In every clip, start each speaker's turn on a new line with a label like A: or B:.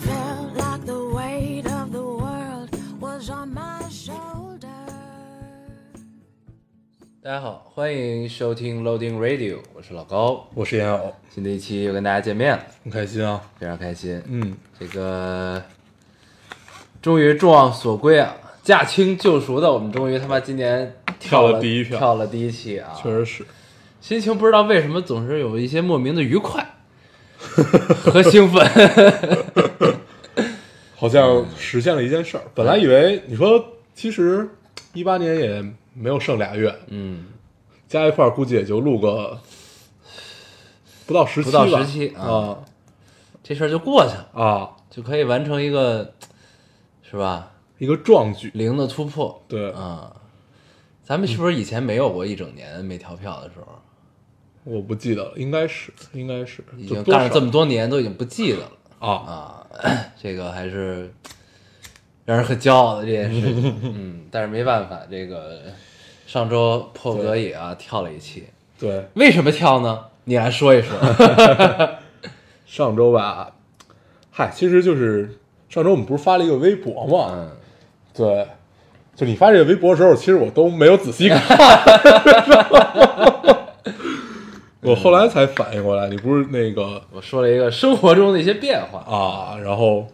A: Felt like the weight of the world was on my shoulders.
B: 大家好，欢迎收听 Loading Radio，我是老高。
C: 我是烟偶，
B: 新的一期又跟大家见面了，
C: 很开心啊。
B: 非常开心。
C: 嗯，
B: 这个终于众望所归啊，驾轻就熟的我们终于他妈今年
C: 跳
B: 了
C: 了第一票
B: 跳了第一期啊，
C: 确实是，
B: 心情不知道为什么总是有一些莫名的愉 快和兴奋。
C: 好像实现了一件事
B: 嗯
C: 儿。本来以为你说，其实一八年也没有剩俩月，
B: 嗯，
C: 加一块儿估计也就录个不到十
B: 不
C: 期
B: 到
C: 吧，
B: 17
C: 啊
B: 这事儿就过去了，
C: 啊，
B: 就可以完成一个，是吧？
C: 一个壮举。
B: 零的突破。
C: 对
B: 啊、咱们是不是以前没有过一整年没调票的时候？
C: 我不记得了，应该是，应该是，
B: 已
C: 就
B: 经
C: 多
B: 干了这
C: 少
B: 么多年，都已经不记得了
C: 啊，
B: 啊。这个还是让人很骄傲的这件事 情。嗯，但是没办法，这个上周破格也啊跳了一期，
C: 对，
B: 为什么跳呢？你来说一 说。
C: 上周吧，嗨，其实就是上周我们不是发了一个微博嘛，
B: 嗯，
C: 对，就你发这个微博的时候，其实我都没有仔细看， 我后来才反应过来，你不是那个
B: 我说了一个生活中的一些变化。
C: 啊，然后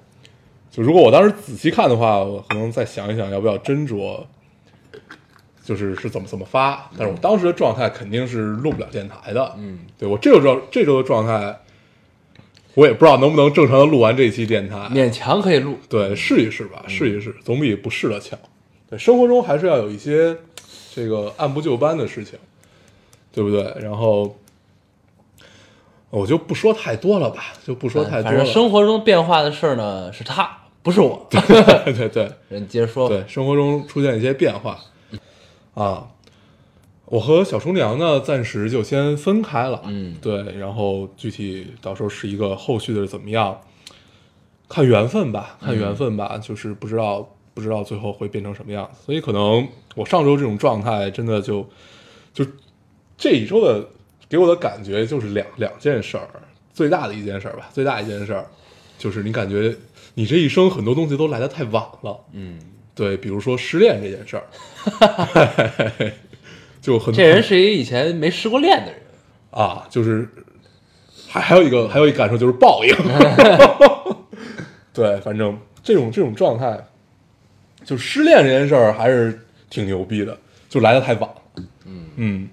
C: 就如果我当时仔细看的话，我可能再想一想，要不要斟酌，就是是怎么怎么发。但是我当时的状态肯定是录不了电台的，
B: 嗯，
C: 对我这周状这周的状态，我也不知道能不能正常的录完这一期电台，
B: 勉强可以录，
C: 对，试一试吧，
B: 嗯
C: 试一试，总比不试的强。对，生活中还是要有一些这个按部就班的事情，对不对？然后我就不说太多了吧，就不 说太多
B: 哎反
C: 了。
B: 正生活中变化的事儿呢是他，不是我。
C: 对对对
B: 人接着说吧。
C: 对，生活中出现一些变化
B: 嗯
C: 啊。我和小厨娘呢，暂时就先分开了。啊
B: 嗯
C: 对，然后具体到时候是一个后续的怎么样，看缘分吧，
B: 嗯
C: 看缘分吧，就是不知道不知道最后会变成什么样，所以可能我上周这种状态真的就就这一周的给我的感觉就是两两件事儿，最大的一件事儿吧，最大一件事儿就是你感觉你这一生很多东西都来得太晚了，
B: 嗯，
C: 对，比如说失恋这件事儿， 就 很
B: 这人是一以前没失过恋的人。
C: 啊，就是还还有一个还有一个感受就是报 应，对，反正这种这种状态，就失恋这件事儿还是挺牛逼的，就来的太晚了，嗯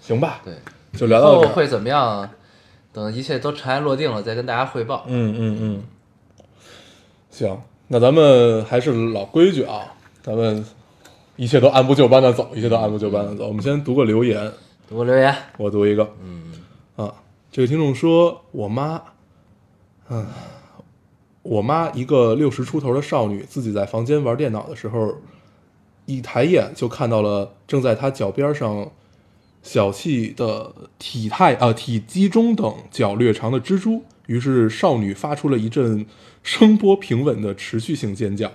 C: 行吧，
B: 对，
C: 就聊
B: 以
C: 到
B: 后
C: 这儿，
B: 会怎么样？等一切都尘埃落定了，再跟大家汇报。
C: 嗯嗯嗯，行，那咱们还是老规矩啊，咱们一切都按部就班的走，一切都按部就班的走，我们先读个留言。
B: 给我留言，
C: 我读一个，嗯，啊，这个听众说，我妈，嗯，我妈一个六十出头的少女，自己在房间玩电脑的时候，一抬眼就看到了正在她脚边上小气的体态呃体积中等、脚略长的蜘蛛。于是少女发出了一阵声波平稳的持续性尖叫，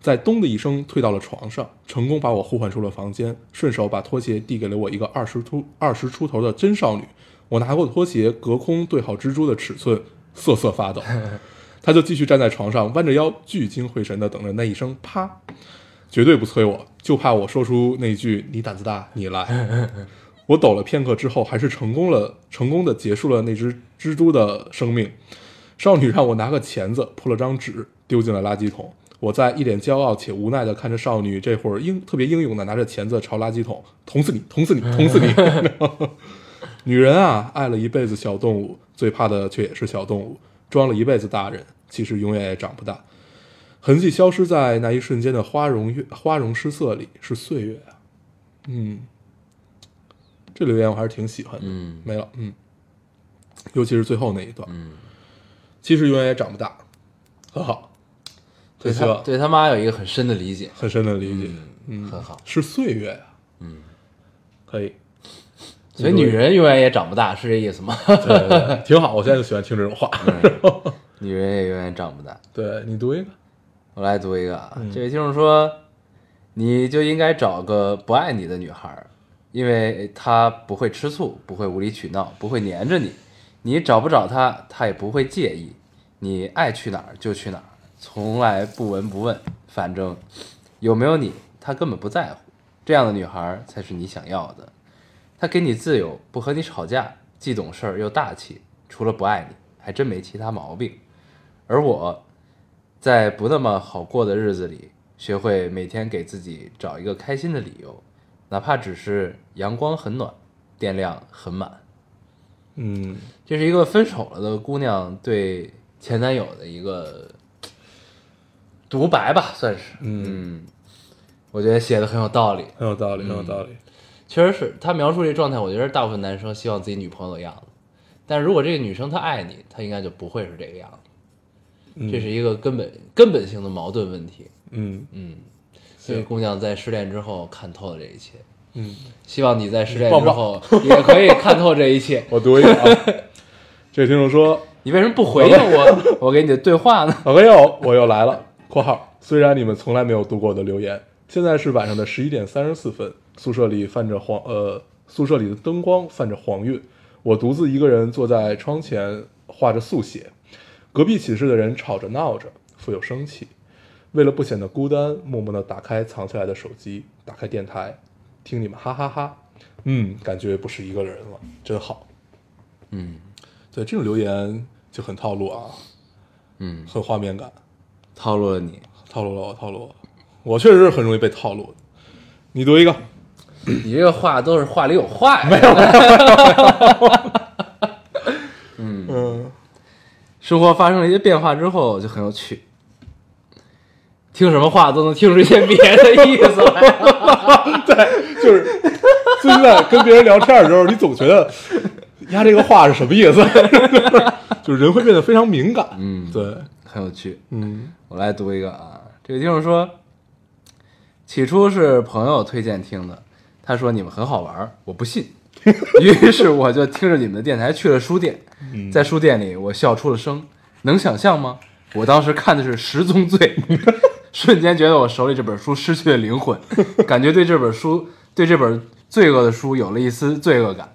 C: 在咚的一声退到了床上，成功把我呼唤出了房间，顺手把拖鞋递给了我一个二十出二十出头的真少女。我拿过拖鞋，隔空对好蜘蛛的尺寸，瑟瑟发抖。她就继续站在床上，弯着腰，聚精会神地等着那一声“啪”，绝对不催我，就怕我说出那句“你胆子大，你来”。我抖了片刻之后，还是成功了，成功的结束了那只蜘蛛的生命。少女让我拿个钳子破了张纸，丢进了垃圾桶。我在一脸骄傲且无奈的看着少女，这会儿英特别英勇的拿着钳子朝垃圾桶，捅死你，捅死你，捅死你！ 女人啊，爱了一辈子小动物，最怕的却也是小动物。装了一辈子大人，其实永远也长不大。痕迹消失在那一瞬间的花容月花容失色里，是岁月啊。嗯，这留言我还是挺喜欢的。
B: 嗯
C: 没了。嗯，尤其是最后那一段，
B: 嗯，
C: 其实永远也长不大，很好，
B: 对
C: 很希
B: 他
C: 望
B: 对他妈有一个很深的理解，
C: 很深的理解，
B: 嗯，很好。
C: 是岁月啊。嗯，可以。
B: 所以女人永远也长不大，是这意思吗？
C: 对对对挺好，我现在就喜欢听这种话。
B: 嗯
C: 然后
B: 女人也永远长不大。
C: 对你读一个，
B: 我来读一个啊，这位听众说，你就应该找个不爱你的女孩儿，因为她不会吃醋，不会无理取闹，不会黏着你，你找不找她，她也不会介意，你爱去哪儿就去哪儿，从来不闻不问，反正有没有你，她根本不在乎。这样的女孩儿才是你想要的，她给你自由，不和你吵架，既懂事儿又大气，除了不爱你，还真没其他毛病。而我在不那么好过的日子里，学会每天给自己找一个开心的理由，哪怕只是阳光很暖，电量很满。
C: 嗯，
B: 这是一个分手了的姑娘对前男友的一个嘖独白吧，算是。嗯，我觉得写的很有道理，
C: 很有道理，很有
B: 嗯
C: 道理。
B: 确实是他描述这状态，我觉得大部分男生希望自己女朋友的样子。但如果这个女生她爱你，她应该就不会是这个样子。
C: 嗯
B: 这是一个根本根本性的矛盾问题。
C: 嗯
B: 嗯，所以姑娘在失恋之后看透了这一切，
C: 嗯，
B: 希望你在失恋
C: 棒
B: 之
C: 棒
B: 后也可以看透这一切。
C: 我读一个 啊。这位听众说，
B: 你为什么不回应 我？我给你的对话 呢？
C: 老朋友，啊我又来了。（括号）虽然你们从来没有读过我的留言，现在是晚上的十一点三十四分，宿舍里泛着黄呃，宿舍里的灯光泛着黄晕，我独自一个人坐在窗前画着速写。隔壁寝室的人吵着闹着，富有生气。为了不显得孤单，默默地打开藏起来的手机，打开电台，听你们哈哈哈嗯，感觉不是一个人了，真好。
B: 嗯
C: 对，这种留言就很套路啊，
B: 嗯，
C: 很画面感。
B: 套路了你。
C: 套路了我，套路了我，我确实是很容易被套路的。你读一个，
B: 你这个话都是话里有话呀。没有。
C: 嗯
B: 生活发生了一些变化之后，就很有 趣。听什么话都能听出一些别的意思来。
C: 就是最近在跟别人聊天的时候，你总觉得呀这个话是什么意思， 就是人会变得非常敏感。
B: 嗯
C: 对，
B: 很有趣。
C: 嗯
B: 我来读一个啊，这个听众说，起初是朋友推荐听的，他说你们很好玩儿，我不 信，于是我就听着你们的电台去了书店，
C: 嗯
B: 在书店里我笑出了声，能想象吗？我当时看的是《十宗罪》， 瞬间觉得我手里这本书失去了灵魂，感觉对这本书对这本罪恶的书有了一丝罪恶感。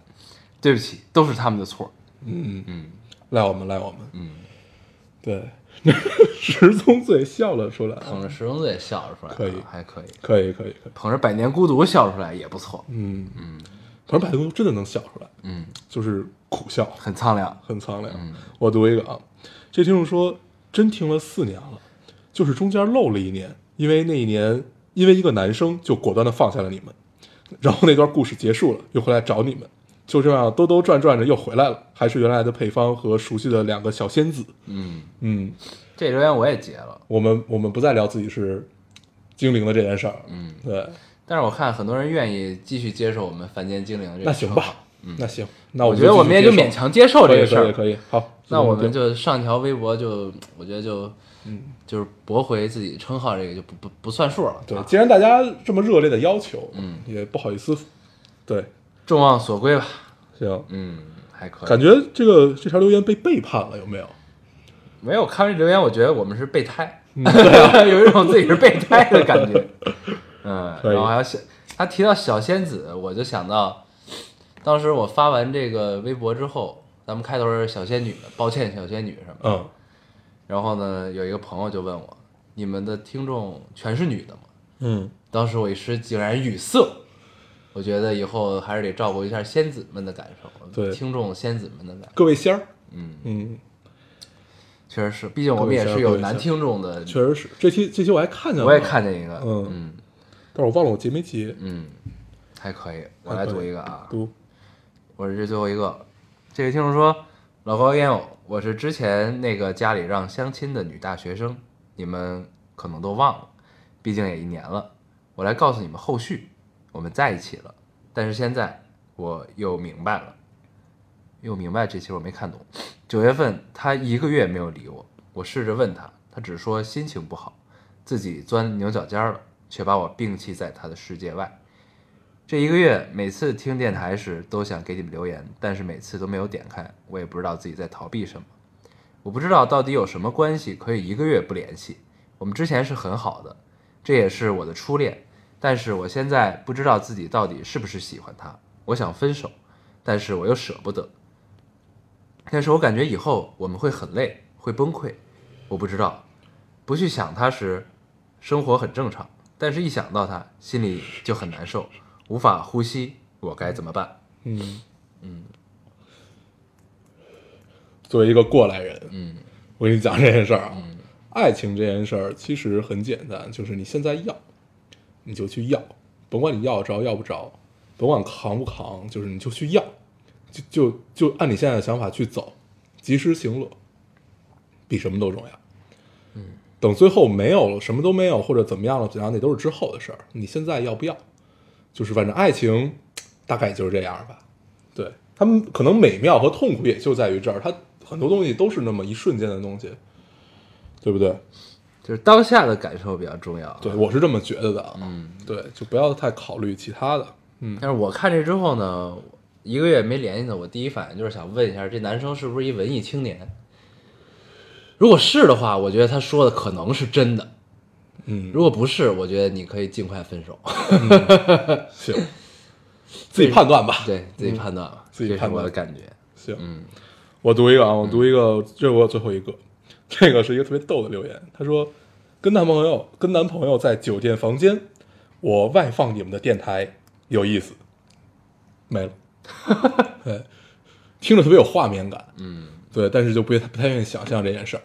B: 对不起，都是他们的错。
C: 嗯嗯，赖我们，赖我们。嗯，对， 十宗罪笑了出来，
B: 捧着《十宗罪》笑了出来，啊
C: 可以
B: 还可以。
C: 可以可以可以。
B: 捧着《百年孤独》笑出来也不错，
C: 嗯嗯，可是百度真的能笑出来，
B: 嗯，
C: 就是苦笑。
B: 很苍凉。
C: 很苍凉。
B: 嗯
C: 我读一个啊，这听众说真听了四年了，就是中间漏了一年，因为那一年因为一个男生就果断的放下了你们，然后那段故事结束了，又回来找你们，就这样兜兜转转着又回来了，还是原来的配方和熟悉的两个小仙子。
B: 嗯，
C: 嗯，
B: 这留言我也截了，
C: 我们我们不再聊自己是精灵的这件事儿。嗯，对，
B: 但是我看很多人愿意继续接受我们凡间精灵这个嗯
C: 那行吧，那行，那
B: 称号，我
C: 我
B: 觉得我们也就
C: 继续
B: 勉
C: 接受
B: 强接受这
C: 可以
B: 个事
C: 可以
B: 儿。
C: 可以，好，
B: 那我们
C: 就
B: 就上一条微博就，我觉得就，嗯，就是驳回自己称号这个就不不不算数了。
C: 对
B: 啊，
C: 既然大家这么热烈的要求，嗯，也不好意思，对，
B: 众望所归吧。
C: 行，
B: 嗯，还可以。
C: 感觉这个这条留言被背叛了，有没有？
B: 没有看完这留言，我觉得我们是备胎，
C: 嗯
B: 啊有一种自己是备胎的感 觉。嗯，
C: 可以
B: 然后还有小，他提到小仙子，我就想到，当时我发完这个微博之后，咱们开头是小仙女，抱歉小仙女什么的。
C: 嗯
B: 然后呢，有一个朋友就问我，你们的听众全是女的吗？
C: 嗯，
B: 当时我一时竟然语塞。 我觉得以后还是得照顾一下仙子们的感受，
C: 对
B: 听众仙子们的感受，
C: 各位仙儿，
B: 嗯
C: 嗯，
B: 确实是，毕竟我们也是有男听众的，
C: 确实是。这期这期我还看见了，
B: 我也，看见一个，
C: 嗯
B: 嗯
C: 但是我忘了我截没截。
B: 嗯，还可以。我来
C: 可以
B: 读一个啊，
C: 读，
B: 我是这最后一个。这位听众说：“老高烟友，我是之前那个家里让相亲的女大学生，你们可能都忘了，毕竟也一年了。我来告诉你们后续，我们在一起了。但是现在我又明白了，又明白这期我没看懂。九月份她一个月没有理我，我试着问她，她只说心情不好，自己钻牛角尖儿了，却把我摒弃在她的世界外。这一个月每次听电台时都想给你们留言，但是每次都没有点开，我也不知道自己在逃避什么。我不知道到底有什么关系可以一个月不联系。我们之前是很好的，这也是我的初恋，但是我现在不知道自己到底是不是喜欢他。我想分手，但是我又舍不得。但是我感觉以后我们会很累，会崩溃。我不知道，不去想他时，生活很正常；但是一想到他，心里就很难受，无法呼吸。我该怎么办？
C: 嗯，作为一个过来人，
B: 嗯，
C: 我跟你讲这件事儿啊，爱情这件事儿其实很简单，就是你现在要，你就去要，甭管你要得着要不着，甭管扛不扛，就是你就去要，就就就按你现在的想法去走，及时行乐，比什么都重要。嗯，等最后没有了，什么都没有，或者怎么样了，怎样，那都是之后的事儿。你现在要不要？就是反正爱情大概也就是这样吧。对他们可能美妙和痛苦也就在于这儿，它很多东西都是那么一瞬间的东西，对不对？
B: 就是当下的感受比较重要。啊
C: 对，我是这么觉得的啊。嗯，对，就不要太考虑其他的。嗯，
B: 但是我看这之后呢，一个月没联系呢，我第一反应就是想问一下，这男生是不是一文艺青年？如果是的话，我觉得他说的可能是真的；
C: 嗯，
B: 如果不是，我觉得你可以尽快 分手，
C: 行，自己判断吧。
B: 对自己判断吧。
C: 嗯自己
B: 这是
C: 判断
B: 我的感觉。
C: 行，嗯，我读一个啊，我读一个，这是我最后一个， 这个是一个特别逗的留言。他说，跟男朋友跟男朋友在酒店房间，我外放你们的电台，有意思，没 了。对，听着特别有画面感，嗯，对，但是就不太不太愿意想象这件事儿。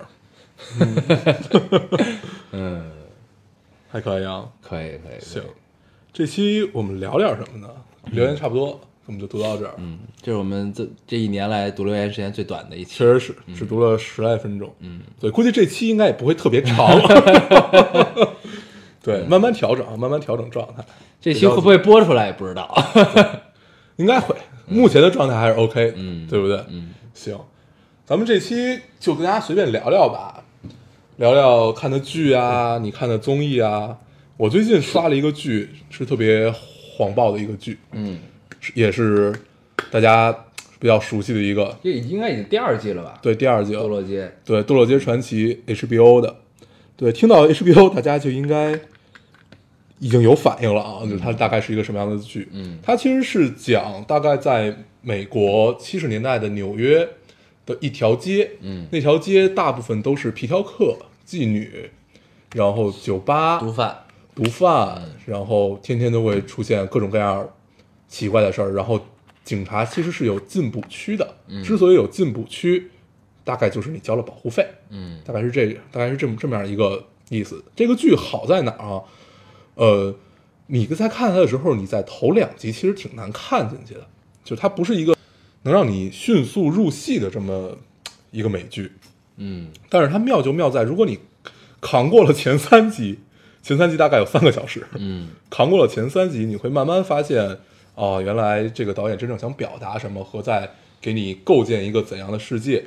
B: 嗯，
C: 还可以啊，
B: 可以可以。可以
C: 行，这期我们聊点什么呢？留言差不多，我们就读到这儿。嗯，
B: 嗯，这是我们这这一年来读留言时间最短的一期
C: 确。实是只读了十来分钟，嗯，对，估计这期应该也不会特别长，对，慢慢调整啊，慢慢调整状态，
B: 这期会不会播出来也不知 道。
C: 应该会，目前的状态还是 OK，
B: 嗯
C: 对不对？嗯，行，咱们这期就跟大家随便聊聊吧，聊聊看的剧啊，你看的综艺啊，我最近刷了一个剧，是特别黄暴的一个剧，
B: 嗯，
C: 是也是大家比较熟悉的一个，
B: 这应该已经第二季了吧？，
C: 对，第二季了
B: 堕落街。
C: 对，《堕落街传奇》HBO 的，对，听到 HBO 大家就应该已经有反应了啊，就是它大概是一个什么样的剧？
B: 嗯
C: 它其实是讲大概在美国七十年代的纽约的一条街，
B: 嗯，
C: 那条街大部分都是皮条客、妓女，然后酒吧、
B: 毒贩。
C: 毒贩，然后天天都会出现各种各样奇怪的事儿。然后警察其实是有进补区的，之所以有进补区，大概就是你交了保护费，
B: 嗯
C: 大概是这个，大概是这么这么样一个意思。这个剧好在哪儿啊？呃，你在看它的时候，你在头两集其实挺难看进去的，就是它不是一个能让你迅速入戏的这么一个美剧。
B: 嗯
C: 但是它妙就妙在，如果你扛过了前三集， 前三集大概有三个小时，
B: 嗯
C: 扛过了前三集，你会慢慢发现，啊、原来这个导演真正想表达什么和在给你构建一个怎样的世界。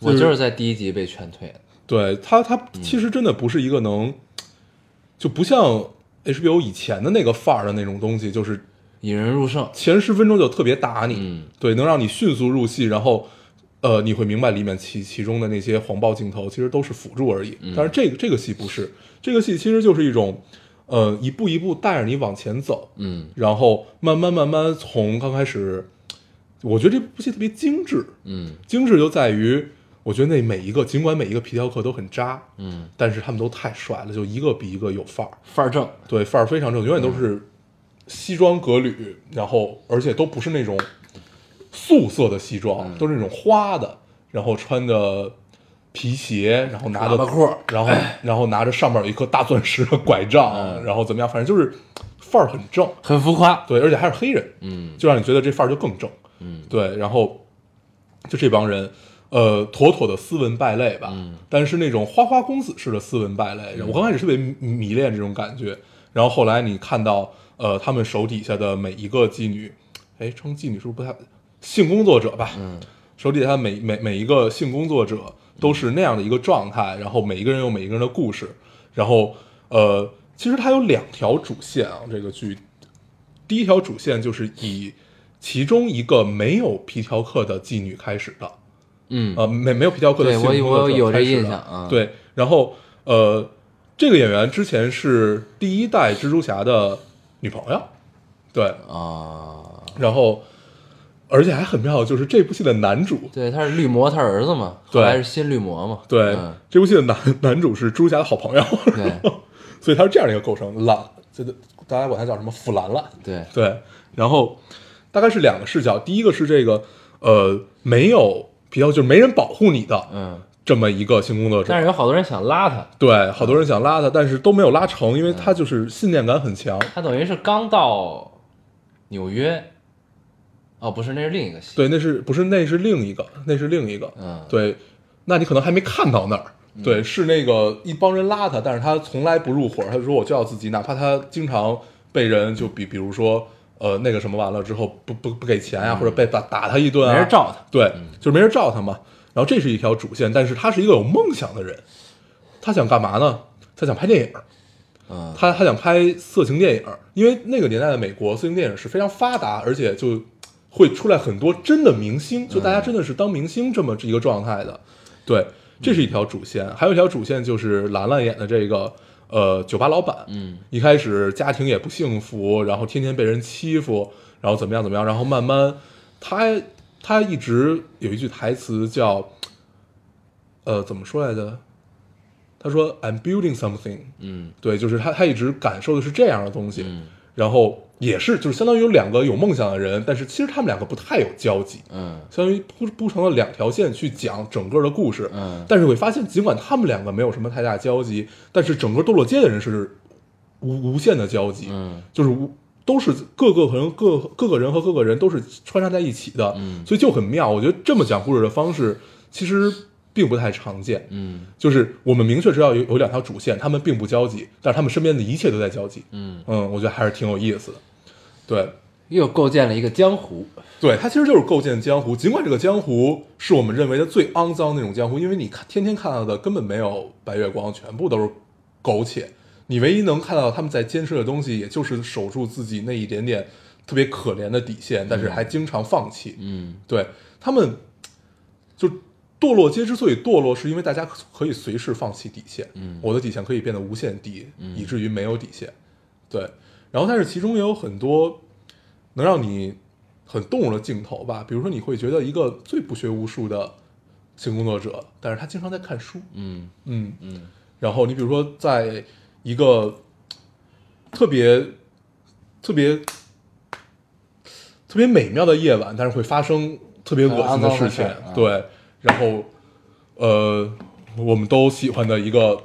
B: 我就是在第一集被劝退的。
C: 对他，他其实真的不是一个能，就不像 HBO 以前的那个范儿的那种东西，就是
B: 引人入胜。
C: 前十分钟就特别打你，
B: 嗯
C: 对，能让你迅速入戏，然后呃，你会明白里面其其中的那些黄暴镜头其实都是辅助而已。但是这个这个戏不是，这个戏其实就是一种呃一步一步带着你往前走，
B: 嗯
C: 然后慢慢慢慢从刚开始，我觉得这部戏特别精致，
B: 嗯
C: 精致就在于我觉得那每一个尽管每一个皮条客都很渣，
B: 嗯，
C: 但是他们都太帅了，就一个比一个有范儿。
B: 范儿正。
C: 对，范儿非常正，永远
B: 嗯
C: 都是西装革履，然后而且都不是那种素色的西装，
B: 嗯
C: 都是那种花的，然后穿着皮鞋，然后拿着
B: 喇叭裤儿
C: 然后然后拿着上面有一颗大钻石的拐杖，
B: 嗯
C: 然后怎么样，反正就是范儿很正，
B: 很浮夸，
C: 对，而且还是黑人，
B: 嗯
C: 就让你觉得这范儿就更正，
B: 嗯，
C: 对，然后就这帮人，呃，妥妥的斯文败类吧，
B: 嗯
C: 但是那种花花公子式的斯文败类，我刚开始特别迷迷恋这种感觉，然后后来你看到，呃，他们手底下的每一个妓女，哎，称妓女是不是不太性工作者吧，嗯，手底下每每每一个性工作者都是那样的一个状态，然后每一个人有每一个人的故事，然后呃，其实它有两条主线啊，这个剧第一条主线就是以其中一个没有皮条客的妓女开始的，
B: 嗯
C: 呃，没没有皮条客的
B: 对
C: 性
B: 我
C: 工
B: 有
C: 作
B: 我
C: 者
B: 有这
C: 开始
B: 印
C: 的
B: 象啊
C: 对，然后呃，这个演员之前是第一代蜘蛛侠的女朋友，对，
B: 哦呃啊，
C: 然后而且还很妙，就是这部戏的男主，
B: 对，他是绿魔，他儿子嘛，后
C: 对
B: 来是新绿魔嘛，
C: 对，
B: 嗯
C: 这部戏的男男主是蜘蛛侠的好朋友，
B: 对
C: 所以他是这样的一个构成，懒，这个大家管他叫什么腐蓝懒，
B: 对，
C: 对，然后大概是两个视角，第一个是这个呃没有皮条，就是没人保护你的
B: 嗯，
C: 这么一个性工作者，
B: 但是有好多人想拉他，
C: 对，好多人想拉他，但是都没有拉成，因为
B: 嗯
C: 他就是信念感很强。
B: 他等于是刚到纽约，哦，不是，那是另一个戏，
C: 对，那是不是那是另一个，那是另一个。
B: 嗯
C: 对，那你可能还没看到那儿。对，是那个一帮人拉他，但是他从来不入伙。他说我就要自己，哪怕他经常被人就比比如说呃那个什么完了之后不不不给钱啊，或者被打打他一顿
B: 嗯
C: 啊，
B: 没人罩他。
C: 对，就是没人罩他嘛。然后这是一条主线，但是他是一个有梦想的人，他想干嘛呢？他想拍电影。
B: 嗯，
C: 他他想拍色情电影，因为那个年代的美国色情电影是非常发达，而且就会出来很多真的明星，就大家真的是当明星这么一个状态的。对，这是一条主线，还有一条主线就是兰兰演的这个呃酒吧老板，
B: 嗯，
C: 一开始家庭也不幸福，然后天天被人欺负，然后怎么样怎么样，然后慢慢他他一直有一句台词叫呃怎么说来着？他说 I'm building something，
B: 嗯
C: 对，就是他他一直感受的是这样的东西，
B: 嗯
C: 然后也是就是相当于有两个有梦想的人，但是其实他们两个不太有交集，
B: 嗯
C: 相当于铺铺成了两条线去讲整个的故事。
B: 嗯
C: 但是会发现，尽管他们两个没有什么太大交集，但是整个堕落街的人是无无限的交集，
B: 嗯
C: 就是无都是各个人各各个人和各个人都是穿插在一起的，
B: 嗯
C: 所以就很妙。我觉得这么讲故事的方式其实并不太常见，
B: 嗯
C: 就是我们明确知道有有两条主线，他们并不交集，但是他们身边的一切都在交集。
B: 嗯，
C: 嗯，我觉得还是挺有意思的。对，
B: 又构建了一个江湖。
C: 对，它其实就是构建江湖，尽管这个江湖是我们认为的最肮脏的那种江湖，因为你看天天看到的根本没有白月光，全部都是苟且。你唯一能看到他们在坚持的东西，也就是守住自己那一点点特别可怜的底线，但是还经常放弃。
B: 嗯
C: 对他们，就堕落街之所以堕落，是因为大家可可以随时放弃底线。
B: 嗯
C: 我的底线可以变得无限低，以至于没有底线。对，然后但是其中也有很多能让你很动容的镜头吧，比如说你会觉得一个最不学无术的性工作者，但是他经常在看书。
B: 嗯
C: 嗯
B: 嗯，
C: 然后你比如说在一个特别特别特别美妙的夜晚，但是会发生特别恶心的
B: 很肮脏
C: 事情
B: 的事儿，
C: 对，然后呃，我们都喜欢的一个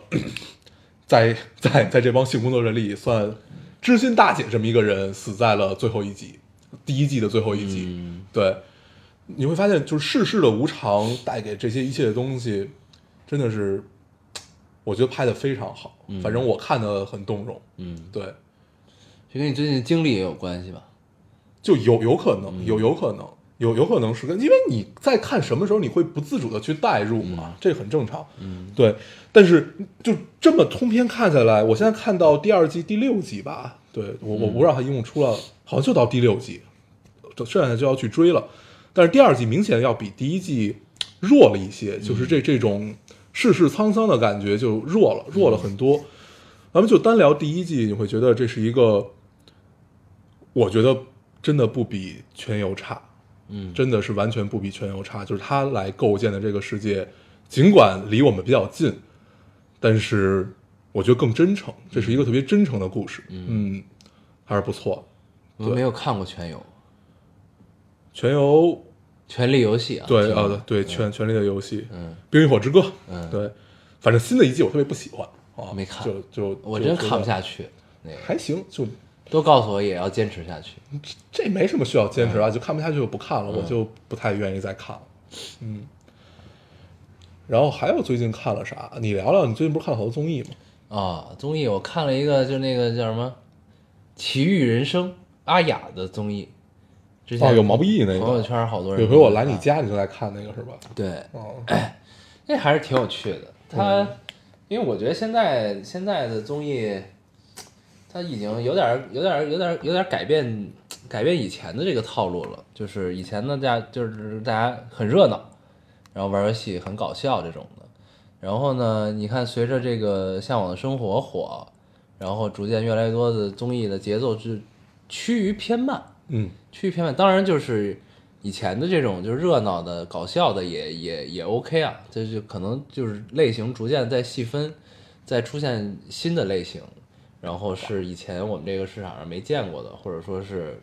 C: 在在在这帮性工作者里算知心大姐这么一个人死在了最后一集，第一季的最后一集，
B: 嗯
C: 对，你会发现，就是世事的无常带给这些一切的东西，真的是，我觉得拍的非常好。反正我看的很动容。
B: 嗯，
C: 对，
B: 这跟你最近的经历也有关系吧？
C: 就有有可能，有有可能，有有可能是跟，因为你在看什么时候，你会不自主的去代入嘛，这很正常。
B: 嗯，
C: 对。但是就这么通篇看下来，我现在看到第二季第六集吧，对我我不知道它一共出了，好像就到第六集，就剩下的就要去追了。但是第二季明显要比第一季弱了一些，就是这这种世事沧桑的感觉就弱了，弱了很多。咱们就单聊第一季，你会觉得这是一个，我觉得真的不比全游差，
B: 嗯
C: 真的是完全不比全游差。就是他来构建的这个世界，尽管离我们比较近，但是我觉得更真诚，这是一个特别真诚的故事，嗯，还是不错。
B: 我没有看过全游，
C: 全游
B: 《权力游戏》啊。
C: 对
B: 听过
C: 啊，对《权权力的游戏》
B: 嗯，
C: 《冰与火之歌》，
B: 嗯
C: 对，反正新的一季我特别不喜欢啊，
B: 没看
C: 就就
B: 我
C: 就
B: 真
C: 觉得
B: 看不下去，那个
C: 还行，就
B: 都告诉我也要坚持下去。
C: 这没什么需要坚
B: 嗯
C: 持啊，就看不下去就不看了，我就不太愿意再看了，嗯。然后还有最近看了啥？你聊聊，你最近不是看了好多综艺吗？
B: 啊、综艺我看了一个，就那个叫什么《奇遇人生》阿雅的综艺，之前
C: 哦有毛不易那个
B: 朋友圈好多人。
C: 有回我来你，家，你就在看那个是吧？
B: 对，
C: 哦，
B: 那还是挺有趣的。它，因为我觉得现在现在的综艺，他已经有点儿、有点儿、有点儿、有点儿改变改变以前的这个套路了。就是以前的大家就是大家很热闹，然后玩游戏很搞笑这种的。然后呢，你看随着这个《向往的生活》火，然后逐渐越来越多的综艺的节奏是趋于偏慢，
C: 嗯，
B: 趋于偏慢。当然就是以前的这种就是热闹的、搞笑的也也也 OK 啊，这就可能就是类型逐渐在细分，在出现新的类型，然后是以前我们这个市场上没见过的，或者说是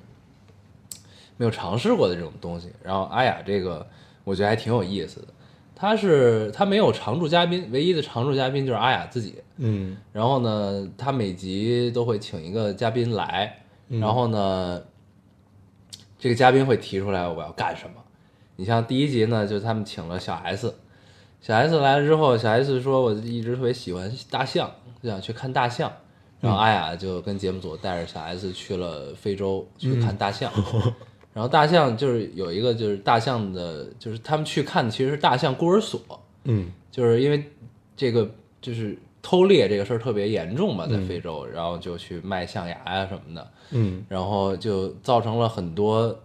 B: 没有尝试过的这种东西。然后阿雅这个，我觉得还挺有意思的。她是她没有常驻嘉宾，唯一的常驻嘉宾就是阿雅自己。
C: 嗯
B: 然后呢，他每集都会请一个嘉宾来，然后呢，这个嘉宾会提出来我要干什么。你像第一集呢，就他们请了小 S，小 S 来了之后，小 S 说我一直特别喜欢大象，就想去看大象。然后阿雅就跟节目组带着小 S 去了非洲去看大象，然后大象就是有一个就是大象的，就是他们去看的其实是大象孤儿所，
C: 嗯
B: 就是因为这个就是偷猎这个事儿特别严重嘛，在非洲，然后就去卖象牙呀、什么的，
C: 嗯
B: 然后就造成了很多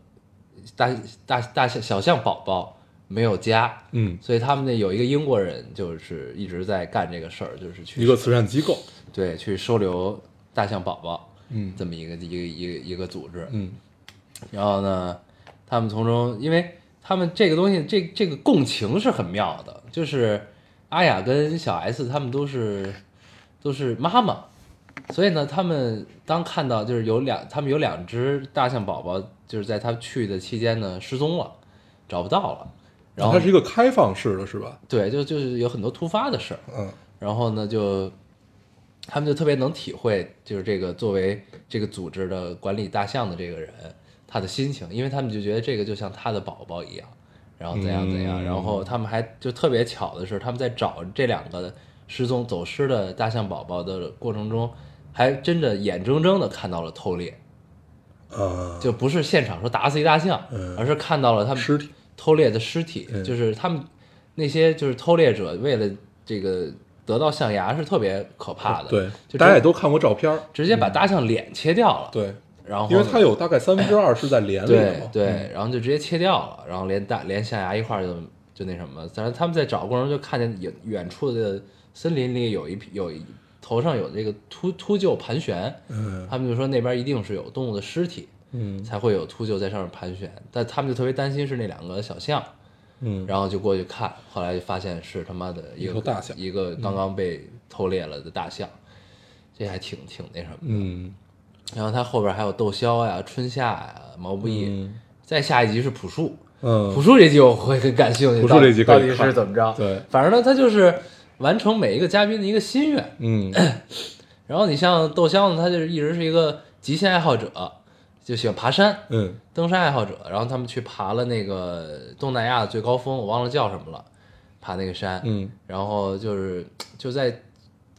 B: 大大大象小象宝宝没有家，
C: 嗯，
B: 所以他们那有一个英国人就是一直在干这个事儿，就是去
C: 一个慈善机构，
B: 对去收留大象宝宝
C: 嗯
B: 这么一个一个一个一个组织，
C: 嗯
B: 然后呢，他们从中，因为他们这个东西，这这个共情是很妙的，就是阿雅跟小 S 他们都是都是妈妈，所以呢，他们当看到就是有两，他们有两只大象宝宝，就是在他去的期间呢失踪了，找不到了，然后
C: 它是一个开放式的，是吧？
B: 对，就就是有很多突发的事儿，
C: 嗯
B: 然后呢就。他们就特别能体会，就是这个作为这个组织的管理大象的这个人，他的心情，因为他们就觉得这个就像他的宝宝一样，然后怎样怎样，
C: 嗯
B: 然后他们还就特别巧的是，他们在找这两个失踪走失的大象宝宝的过程中，还真的眼睁睁的看到了偷猎，
C: 啊，
B: 就不是现场说打死一大象，
C: 嗯
B: 而是看到了他们
C: 尸体
B: 偷猎的尸体，
C: 嗯
B: 就是他们那些就是偷猎者为了这个得到象牙是特别可怕的，
C: 对，
B: 就
C: 大家也
B: 直
C: 都看过照片儿，
B: 直接把大象脸切掉了，
C: 对，
B: 然后
C: 因为
B: 呢
C: 它有大概三分之二是在脸里的
B: 对
C: 嘛，嗯
B: 对，然后就直接切掉了，然后连大连象牙一块儿就就那什么，但是他们在找过程中就看见远远处的森林里有一匹有一头上有这个秃秃鹫盘旋，
C: 嗯
B: 他们就说那边一定是有动物的尸体，
C: 嗯
B: 才会有秃鹫在上面盘旋，但他们就特别担心是那两个小象，
C: 嗯，
B: 然后就过去看，后来就发现是他妈的一
C: 一
B: 个
C: 头大象
B: 一个刚刚被偷猎了的大象，这还挺挺那什么的。
C: 嗯
B: 然后它后边还有窦骁呀、春夏呀、毛不易，
C: 嗯
B: 再下一集是朴树，朴
C: 嗯
B: 树这集我会很感兴趣，
C: 朴树这集可以
B: 到底到底
C: 看
B: 是怎么着？
C: 对
B: 反正呢，他就是完成每一个嘉宾的一个心愿，
C: 嗯
B: 然后你像窦骁呢，他就是一直是一个极限爱好者，就喜欢爬山，
C: 嗯
B: 登山爱好者。然后他们去爬了那个东南亚的最高峰，我忘了叫什么了，爬那个山。
C: 嗯
B: 然后就是就在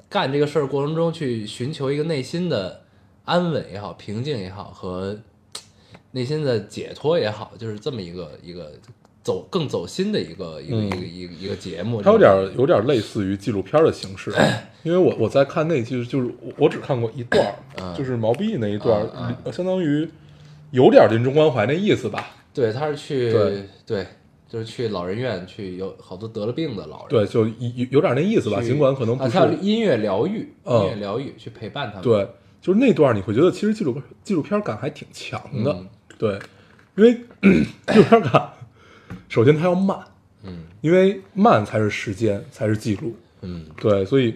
B: 干这个事儿过程中去寻求一个内心的安稳也好，平静也好，和内心的解脱也好，就是这么一个一个走更走心的一个一个、一个一个一个节目。
C: 嗯它有点儿有点儿类似于纪录片儿的形式，因为我我在看那期，就是我我只看过一段儿，就是毛不易那一段儿，呃相当于有点儿临终关怀那意思吧。
B: 对，他是去
C: 对
B: 对就是去老人院去有好多得了病的老人。
C: 对，就有有点儿那意思吧，
B: 去
C: 尽管可能
B: 啊，
C: 不
B: 他有
C: 是。
B: 音乐疗愈，
C: 嗯
B: 音乐疗愈去陪伴他们。
C: 对，就是那段儿你会觉得其实纪录片纪录片感还挺强的，
B: 嗯
C: 对，因为 纪录片感，首先它要慢，
B: 嗯，
C: 因为慢才是时间，才是记录，
B: 嗯，
C: 对，所以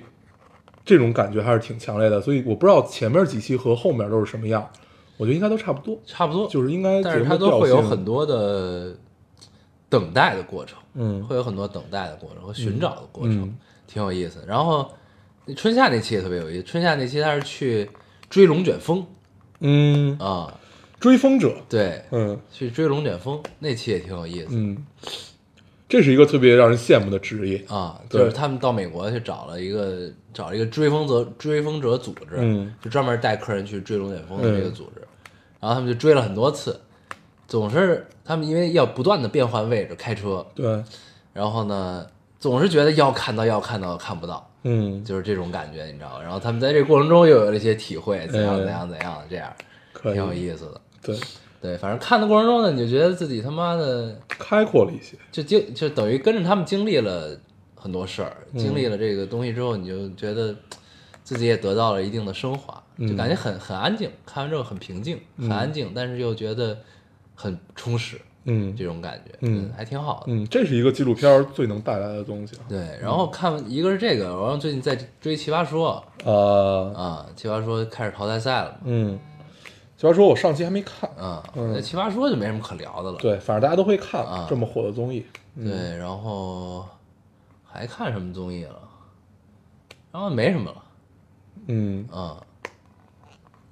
C: 这种感觉还是挺强烈的，所以我不知道前面几期和后面都是什么样，我觉得应该都差不多，
B: 差不多。
C: 就是应该
B: 但
C: 节
B: 是它
C: 目
B: 都
C: 调
B: 会有
C: 性，
B: 很多的等待的过程，
C: 嗯
B: 会有很多等待的过程和寻找的过程，
C: 嗯
B: 挺有意思。然后春夏那期也特别有意思，春夏那期他是去追龙卷风
C: 嗯，
B: 啊、
C: 追风者，
B: 对，
C: 嗯
B: 去追龙卷风那期也挺有意思。
C: 嗯，这是一个特别让人羡慕的职业，
B: 啊，就
C: 对
B: 是他们到美国去找了一个找了一个追风者追风者组织，
C: 嗯
B: 就专门带客人去追龙卷风的这个组织，然后他们就追了很多次，总是他们因为要不断的变换位置开车，
C: 对，
B: 然后呢，总是觉得要看到要看到看不到，
C: 嗯，
B: 就是这种感觉，你知道吗？然后他们在这过程中又有了一些体会，怎样
C: 嗯哎
B: 怎样怎样，这样
C: 可
B: 挺
C: 以，
B: 有意思的。
C: 对，
B: 对，反正看的过程中呢，你就觉得自己他妈的
C: 开阔了一些，
B: 就经就等于跟着他们经历了很多事儿，
C: 嗯
B: 经历了这个东西之后，你就觉得自己也得到了一定的升华，
C: 嗯
B: 就感觉很很安静，看完之后很平静，很安静，但是又觉得很充实，
C: 嗯
B: 这种感觉，
C: 嗯
B: 还挺好的。
C: 嗯，这是一个纪录片儿最能带来的东西啊
B: 对，然后看完一个是这个，然后最近在追《奇葩说》
C: 啊，
B: 啊，《奇葩说》开始淘汰赛了嘛，
C: 嗯，小白说，我上期还没看，
B: 啊，
C: 嗯
B: 那《奇葩说》就没什么可聊的了，
C: 对，反正大家都会看
B: 啊
C: 这么火的综艺，
B: 对，然后还看什么综艺了？然后没什么了。
C: 嗯
B: 嗯，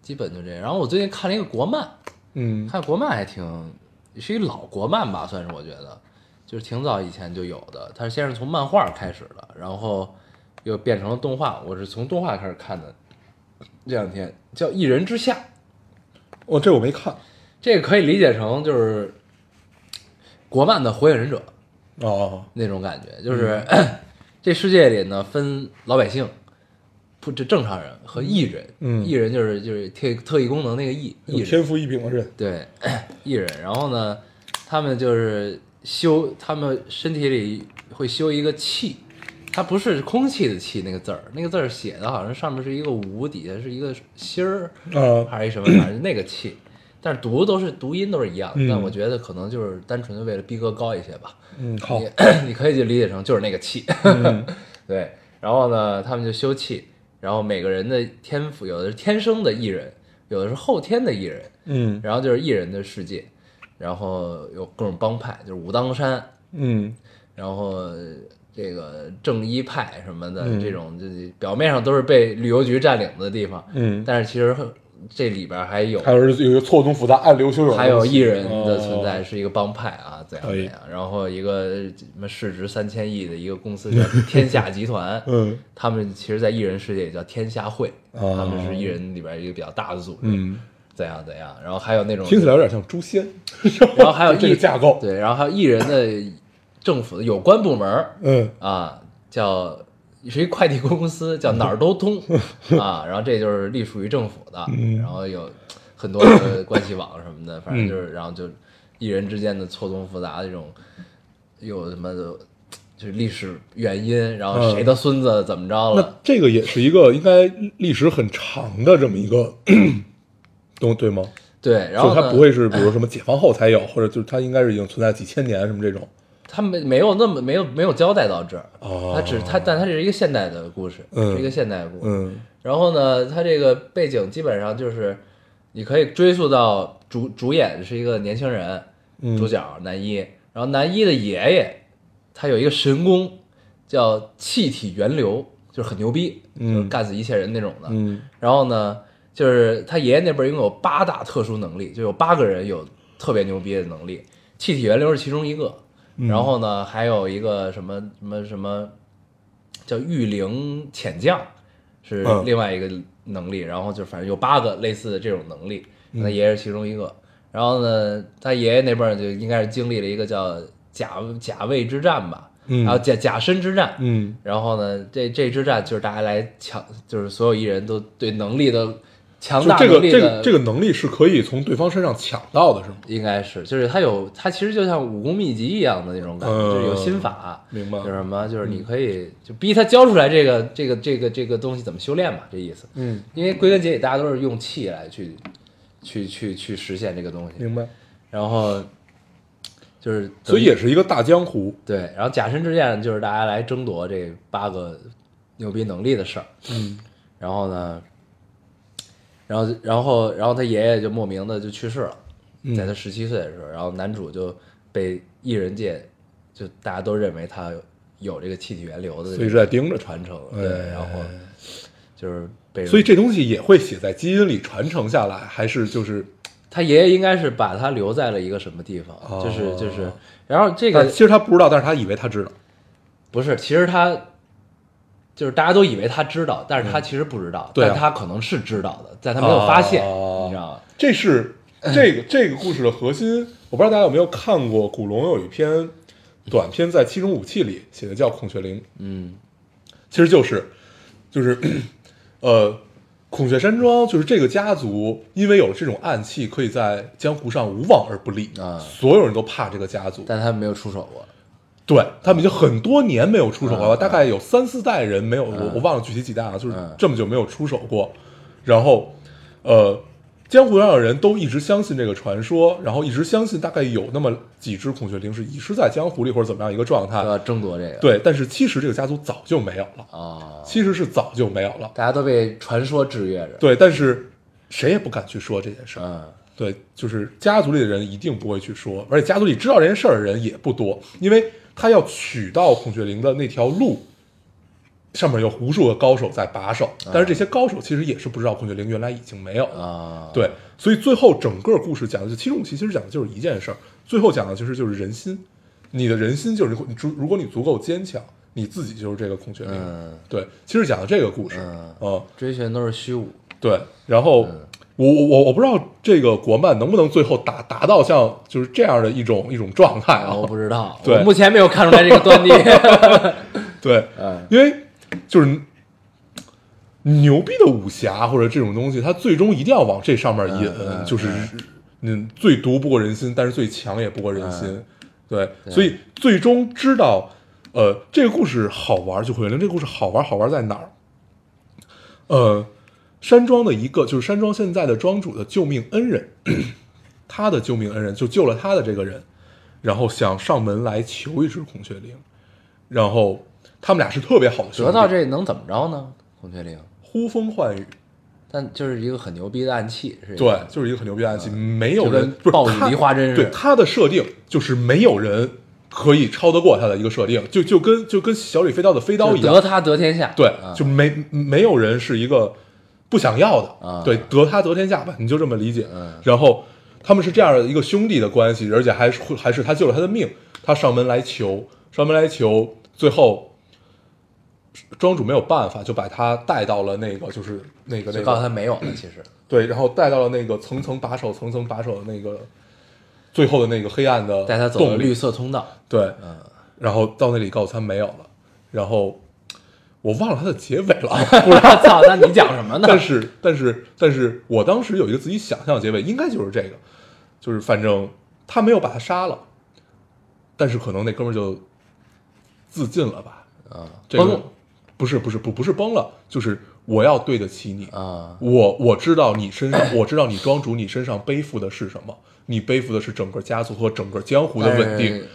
B: 基本就这样。然后我最近看了一个国漫，
C: 嗯
B: 看国漫还挺是一老国漫吧，算是我觉得，就是挺早以前就有的。它先是从漫画开始的，然后又变成了动画。我是从动画开始看的，这两天叫《一人之下》，
C: 哦，这我没看
B: 这个可以理解成就是国漫的《火影忍者》
C: 哦，
B: 那种感觉，就是、
C: 嗯
B: 这世界里呢分老百姓。不，这正常人和艺人，
C: 嗯
B: 艺人就是就是特特异功能那个艺，艺
C: 有
B: 人
C: 天赋异禀的人，
B: 对， 艺人。然后呢，他们就是修，他们身体里会修一个气，它不是空气的气那个字儿，那个字儿写的好像上面是一个无，底下是一个心儿，
C: 啊，
B: 还是一什么，反正那个气。但是读都是读音都是一样的，
C: 嗯
B: 但我觉得可能就是单纯的为了逼格高一些吧。
C: 嗯，好，
B: 你 你可以就理解成就是那个气。
C: 嗯
B: 对，然后呢，他们就修气，然后每个人的天赋，有的是天生的艺人，有的是后天的艺人，
C: 嗯
B: 然后就是艺人的世界，然后有各种帮派，就是武当山，
C: 嗯
B: 然后呃这个正一派什么的，
C: 嗯
B: 这种就是表面上都是被旅游局占领的地方，
C: 嗯，
B: 但是其实这里边还有
C: 还有是有一个错综复杂、暗流汹涌的东
B: 还
C: 西，
B: 有艺人的存在
C: 哦，
B: 是一个帮派啊，怎样
C: 可
B: 怎
C: 以
B: 样，然后一个什么市值三千亿的一个公司叫天下集团，
C: 嗯
B: 他们其实，在艺人世界也叫天下会，
C: 哦
B: 他们是艺人里边一个比较大的组织，
C: 嗯，
B: 怎样怎样，然后还有那种
C: 听起来有点像诛仙，
B: 然后还有
C: 这
B: 艺
C: 个架构，
B: 对，然后还有艺人的政府的有关部门儿
C: 嗯
B: 啊，叫是一快递公司，叫哪儿都通 啊，然后这就是隶属于政府的，
C: 嗯
B: 然后有很多 的关系网什么的，反正
C: 嗯
B: 就是然后就艺人之间的错综复杂的这种，有什么的。就是历史原因，然后谁的孙子怎么着了
C: 嗯那？这个也是一个应该历史很长的这么一个东对吗？
B: 对，然
C: 所
B: 后
C: 以
B: 呢
C: 它不会是比如什么解放后才有，或者就是它应该是已经存在几千年什么这种。
B: 他没没有那么没有没有交代到这儿，
C: 哦
B: 他只他但他是一个现代的故事，
C: 嗯
B: 是一个现代故事。
C: 嗯
B: 然后呢，它这个背景基本上就是，你可以追溯到主主演是一个年轻人，
C: 嗯
B: 主角男一，然后男一的爷爷，他有一个神功叫气体源流，就是很牛逼，
C: 嗯
B: 就是干死一切人那种的。
C: 嗯
B: 然后呢，就是他爷爷那辈儿一共有八大特殊能力，就有八个人有特别牛逼的能力，气体源流是其中一个。
C: 嗯
B: 然后呢，还有一个什么什么什么叫御灵潜将，是
C: 嗯
B: 另外一个能力。然后就反正有八个类似的这种能力，
C: 嗯
B: 他爷爷是其中一个。然后呢，他爷爷那辈儿就应该是经历了一个叫甲甲卫之战吧，
C: 嗯
B: 还有甲甲申之战，
C: 嗯
B: 然后呢，这这支战就是大家来抢，就是所有艺人都对能力的强
C: 就
B: 大
C: 这
B: 能
C: 个
B: 力
C: 这个
B: 的，
C: 这个能力是可以从对方身上抢到的，是吗？
B: 应该是就是他有他其实就像武功秘籍一样的那种感觉，
C: 嗯
B: 就是有心法，
C: 明白嗯
B: 就是什么，就是你可以就逼他教出来这个这个这个这个东西怎么修炼吧，这意思。
C: 嗯，
B: 因为归根结底，大家都是用气来去去去去实现这个东西，
C: 明白。
B: 然后就是等于
C: 所以也是一个大江湖。
B: 对，然后假身之剑就是大家来争夺这八个牛逼能力的事儿。
C: 嗯，
B: 然后呢，然后然后然后他爷爷就莫名的就去世了，
C: 嗯
B: 在他十七岁的时候，然后男主就被艺人界就大家都认为他有这个气体源流的
C: 所以是在盯着他。
B: 传承，
C: 哎
B: 对，然后就是被人
C: 所以这东西也会写在基因里传承下来，还是就是，
B: 他爷爷应该是把他留在了一个什么地方，
C: 哦
B: 就是就是，然后这个
C: 但其实他不知道，但是他以为他知道。
B: 不是，其实他就是大家都以为他知道，但是他其实不知道，
C: 对啊
B: 但他可能是知道的，但他没有发现，
C: 哦
B: 你知道吗？
C: 这是
B: 嗯
C: 这个这个故事的核心。我不知道大家有没有看过，古龙有一篇短篇在《七种武器》里写的叫《孔雀翎》，
B: 嗯
C: 其实就是就是， 呃，孔雀山庄就是这个家族，因为有了这种暗器，可以在江湖上无往而不利
B: 啊
C: 所有人都怕这个家族。
B: 但他没有出手过。
C: 对他们已经很多年没有出手
B: 啊
C: 了，大概有三四代人没有，我我忘了具体几代了，啊就是这么久没有出手过。然后，呃，江湖上的人都一直相信这个传说，然后一直相信大概有那么几只孔雀灵是遗失在江湖里或者怎么样一个状态
B: 都。要争夺这个。
C: 啊对，但是其实这个家族早就没有了，
B: 啊，
C: 其实是早就没有了。
B: 大家都被传说制约着。
C: 对，但是谁也不敢去说这件事儿。
B: 嗯，
C: 对，就是家族里的人一定不会去说，而且家族里知道这件事儿的人也不多，因为他要取到孔雀翎的那条路，上面有无数个高手在把守，但是这些高手其实也是不知道孔雀翎原来已经没有了。
B: 啊，
C: 对，所以最后整个故事讲的就七龙骑，其实讲的就是一件事儿，最后讲的其实就是人心，你的人心就是你足，如果你足够坚强，你自己就是这个孔雀翎。
B: 嗯
C: 对，其实讲的这个故事，
B: 嗯
C: 嗯
B: 追寻都是虚无。
C: 对，然后、
B: 嗯
C: 我我我我不知道这个国漫能不能最后达达到像就是这样的一种一种状态啊
B: 啊，我。不知道，
C: 对
B: 我目前没有看出来这个端倪。
C: 对，
B: 嗯
C: 因为就是牛逼的武侠或者这种东西，它最终一定要往这上面引，
B: 嗯嗯
C: 就是嗯，最毒不过人心，但是最强也不过人心。
B: 嗯
C: 对，所以最终知道，呃，这个故事好玩就会令这个故事好玩，好玩在哪儿？呃，山庄的一个就是山庄现在的庄主的救命恩人， 他的救命恩人就救了他的这个人，然后想上门来求一只孔雀翎，然后他们俩是特别好的兄弟，
B: 得到这能怎么着呢？孔雀翎，
C: 呼风唤雨，
B: 但就是一个很牛逼的暗器，是一
C: 对
B: 个，
C: 就是一个很牛逼的暗器，没有
B: 就
C: 人
B: 跟
C: 不是
B: 暴雨
C: 他
B: 梨花针似的
C: 对他的设定就是没有人可以超得过他的一个设定，就就跟就跟小李飞刀的飞刀
B: 就
C: 一
B: 得
C: 样，
B: 他得天下。
C: 对
B: 啊，
C: 就没没有人是一个不想要
B: 啊
C: 的，对，得他得天下吧，你就这么理解
B: 嗯。
C: 然后他们是这样的一个兄弟的关系，而且还是还是他救了他的命，他上门来求，上门来求，最后。庄主没有办法，就把他带到了那个，就是那个那
B: 就
C: 个
B: 告诉他没有了，其实
C: 对，然后带到了那个层层把守、层层把守的那个最后的那个黑暗的
B: 带他走嗯了
C: 动
B: 绿
C: 力，
B: 色通道。
C: 对，然后到那里告诉他没有了，然后我忘了他的结尾 了，
B: 不知道，操， 那你讲什么呢？
C: 但是但是但是我当时有一个自己想象的结尾，应该就是这个，就是反正他没有把他杀了，但是可能那哥们儿就自尽了吧，
B: 啊，
C: 这个
B: 崩了
C: 不是不是不不是崩了，就是我要对得起你
B: 啊
C: 我我知道你身上，我知道你庄主你身上背负的是什么，你背负的是整个家族和整个江湖的稳
B: 但
C: 定
B: 是。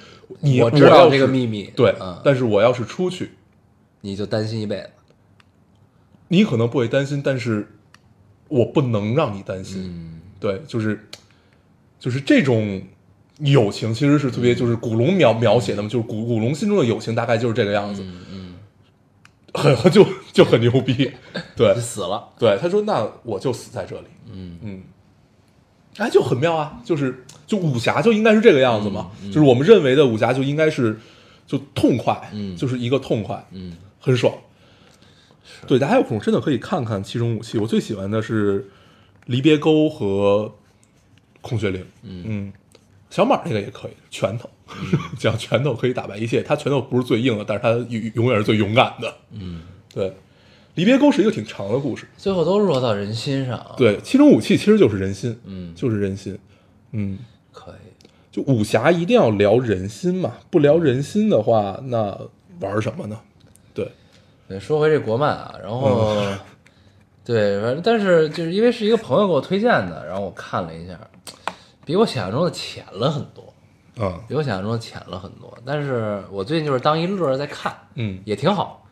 C: 你
B: 哎我知道
C: 要
B: 这个
C: 是
B: 秘密
C: 对
B: 嗯，
C: 但是我要是出去，
B: 你就担心一辈子。
C: 你可能不会担心，但是我不能让你担心。
B: 嗯，
C: 对，就是就是这种友情，其实是特别就是古龙描描写的
B: 嗯
C: 嘛，就是古古龙心中的友情大概就是这个样子，
B: 嗯
C: 很 就就很牛 逼。对
B: 就，死了。
C: 对，他说那我就死在这里。嗯嗯，哎，就很妙啊，就是就武侠就应该是这个样子嘛，
B: 嗯
C: 就是我们认为的武侠就应该是就痛快，
B: 嗯
C: 就是一个痛快，
B: 嗯，
C: 很爽。对，大家有空真的可以看看《七种武器》，我最喜欢的是离别钩和孔雀翎。嗯小马那个也可以，拳头， 讲拳头可以打败一切。他拳头不是最硬的，但是他永永远是最勇敢的。嗯， 对，离别钩是一个挺长的故事。
B: 最后都落到人心上。，
C: 对，七种武器其实就是人心，
B: 嗯
C: 就是人心，嗯，
B: 可以。
C: 就武侠一定要聊人心嘛，不聊人心的话，那玩什么呢？对，
B: 对，说回这国漫啊，然后、 对，反正但是就是因为是一个朋友给我推荐的，然后我看了一下，比我想象中的浅了很多，
C: 啊，
B: 比我想象中的浅了很多。但是我最近就是当一乐儿在看，
C: 嗯
B: 也挺好。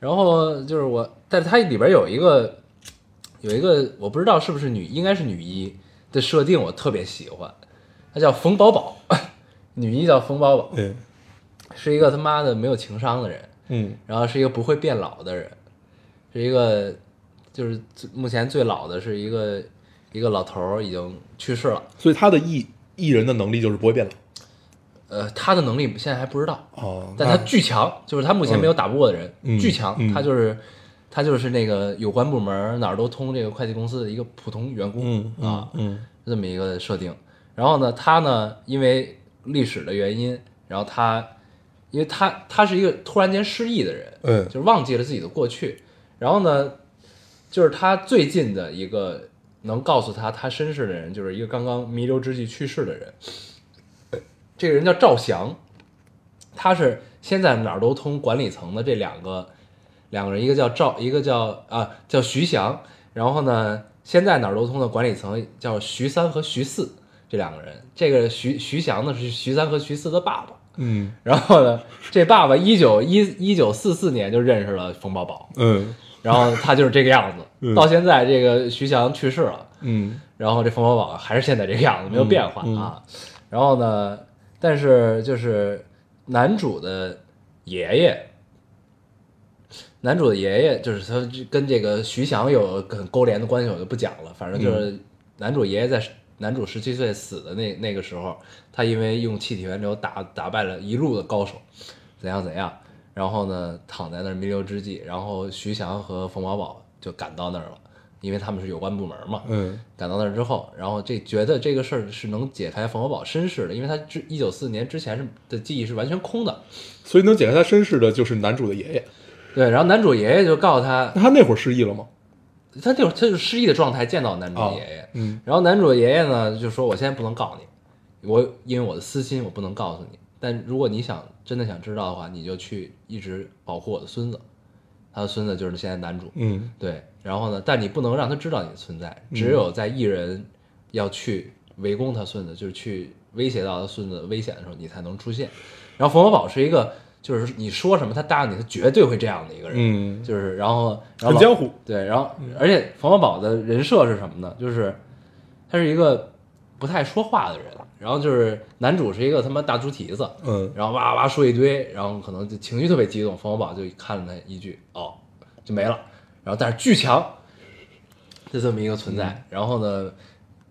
B: 然后就是我，但是它里边有一个有一个我不知道是不是女，应该是女一的设定，我特别喜欢，她叫冯宝宝， 女一叫冯宝宝，
C: 嗯
B: 是一个他妈的没有情商的人，
C: 嗯
B: 然后是一个不会变老的人，是一个就是最目前最老的是一个一个老头儿已经去世了，
C: 所以他的艺艺人的能力就是不会变老。
B: 呃，他的能力现在还不知道，
C: 哦
B: 但他巨强，就是他目前没有打不过的人，
C: 嗯
B: 巨强，
C: 嗯
B: 他就是他就是那个有关部门哪儿都通这个会计公司的一个普通员工、
C: 嗯嗯
B: 啊，
C: 嗯
B: 这么一个设定。然后呢，他呢因为历史的原因，然后他因为他他是一个突然间失忆的人，
C: 嗯
B: 就是忘记了自己的过去，然后呢，就是他最近的一个能告诉他他身世的人，就是一个刚刚弥留之际去世的人。这个人叫赵翔，他是先在哪儿都通管理层的这两个两个人，一个叫赵，一个叫啊叫徐翔。然后呢，先在哪儿都通的管理层叫徐三和徐四这两个人。这个徐徐翔呢是徐三和徐四的爸爸。
C: 嗯
B: 然后呢，这爸爸一九一一九四四年就认识了冯宝宝，
C: 嗯
B: 然后他就是这个样
C: 嗯
B: 子。到现在，这个徐翔去世了，
C: 嗯
B: 然后这冯宝宝还是现在这个样子，没有变化啊。然后呢，但是就是男主的爷爷，男主的爷爷就是他跟这个徐翔有很勾连的关系，我就不讲了。反正就是男主爷爷在男主十七岁死的那那个时候，他因为用气体源流打打败了一路的高手，怎样怎样。然后呢，躺在那儿弥留之际，然后徐翔和冯宝宝就赶到那儿了，因为他们是有关部门嘛。
C: 嗯
B: 赶到那儿之后，然后这觉得这个事儿是能解开冯小宝身世的，因为他之一九四年之前是的记忆是完全空的。
C: 所以能解开他身世的就是男主的爷爷。
B: 对，然后男主爷爷就告诉他，
C: 那他那会儿失忆了吗？
B: 他就是他就是失忆的状态见到男主
C: 啊
B: 爷爷，
C: 嗯
B: 然后男主爷爷呢就说：“我现在不能告你，我因为我的私心我不能告诉你，但如果你想真的想知道的话，你就去一直保护我的孙子。”他的孙子就是现在男主，
C: 嗯
B: 对，然后呢，但你不能让他知道你的存在，只有在艺人要去围攻他孙子，就是去威胁到他孙子危险的时候，你才能出现。然后冯小宝是一个，就是你说什么他答应你，他绝对会这样的一个人，
C: 嗯，
B: 就是然后然后
C: 很
B: 老嗯
C: 江湖。
B: 对，然后而且冯小宝的人设是什么呢？就是他是一个不太说话的人，然后就是男主是一个他妈大猪蹄子，
C: 嗯
B: 然后哇哇说一堆，然后可能就情绪特别激动，冯小宝就看了他一句，哦，就没了。然后但是巨强，就这么一个存在。然后呢，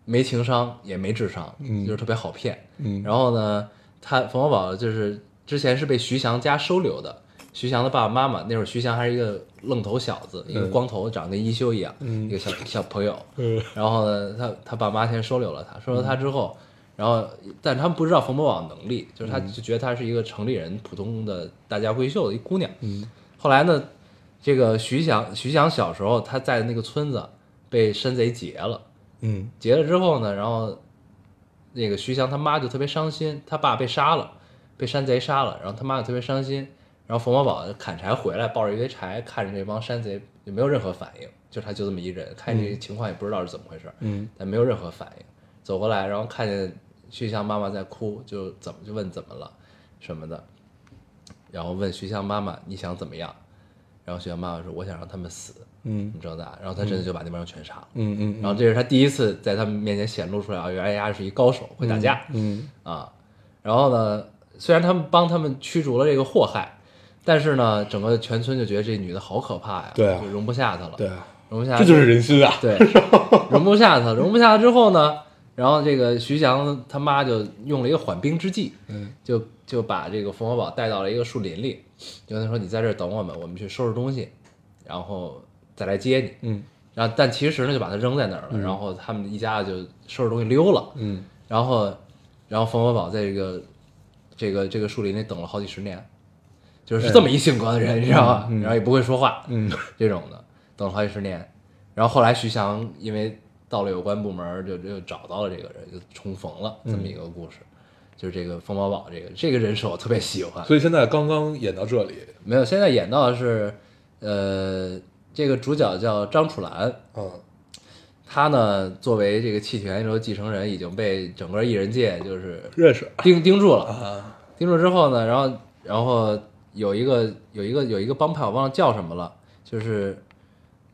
B: 没情商也没智商，
C: 嗯
B: 就是特别好骗。
C: 嗯
B: 然后呢，他冯小宝就是之前是被徐翔家收留的，徐翔的爸爸妈妈那会儿徐翔还是一个愣头小子，一个光头，长得跟一休一样，一个小小朋友。
C: 嗯
B: 然后呢，他他爸妈先收留了他，收留他之后，然后但他们不知道冯宝宝能力，就是他就觉得她是一个城里人，普通的大家闺秀的一姑娘。
C: 嗯
B: 后来呢，这个徐翔徐翔小时候他在那个村子被山贼劫了，
C: 嗯
B: 劫了之后呢，然后那个徐翔他妈就特别伤心，他爸被杀了，被山贼杀了，然后他妈就特别伤心。然后冯宝宝砍柴回来，抱着一堆柴，看着这帮山贼，也没有任何反应，就他就这么一人，看这情况也不知道是怎么回事，
C: 嗯
B: 但没有任何反应。走过来，然后看见徐翔妈妈在哭，就怎么就问怎么了什么的，然后问徐翔妈妈你想怎么样？然后徐翔妈妈说我想让他们死，
C: 嗯
B: 你知道吧？然后他真的就把那帮人全杀了。
C: 嗯嗯
B: 然后这是他第一次在他们面前显露出来啊，原来丫是一高手，会打架、
C: 嗯
B: 啊。然后呢，虽然他们帮他们驱逐了这个祸害，但是呢，整个全村就觉得这女的好可怕呀，
C: 对啊
B: 就容不下她了，
C: 对，啊，
B: 容不下她，
C: 这就是人心啊。
B: 对，容不下她，容不下她之后呢，然后这个徐翔他妈就用了一个缓兵之计，
C: 嗯
B: 就就把这个冯小宝带到了一个树林里，就跟他说：“你在这儿等我们，我们去收拾东西，然后再来接你。”
C: 嗯
B: 然后但其实呢就把他扔在那儿了，然后他们一家子就收拾东西溜了，
C: 嗯
B: 然后然后冯小宝在这个这个这个树林里等了好几十年，就是这么一性格的人，你知道吧？然后也不会说话，
C: 嗯
B: 这种的，等了好几十年，然后后来徐翔因为到了有关部门，就就找到了这个人，就重逢了这么
C: 嗯
B: 一个故事，就是这个冯宝宝这个这个人设我特别喜欢，
C: 所以现在刚刚演到这里
B: 没有现在演到的是，呃，这个主角叫张楚岚，
C: 啊，
B: 他呢，作为这个气体源流继承人，已经被整个艺人界就是
C: 认识
B: 盯盯住了。
C: 啊，
B: 盯住之后呢，然后然后有一个有一个有一个帮派，我忘了叫什么了，就是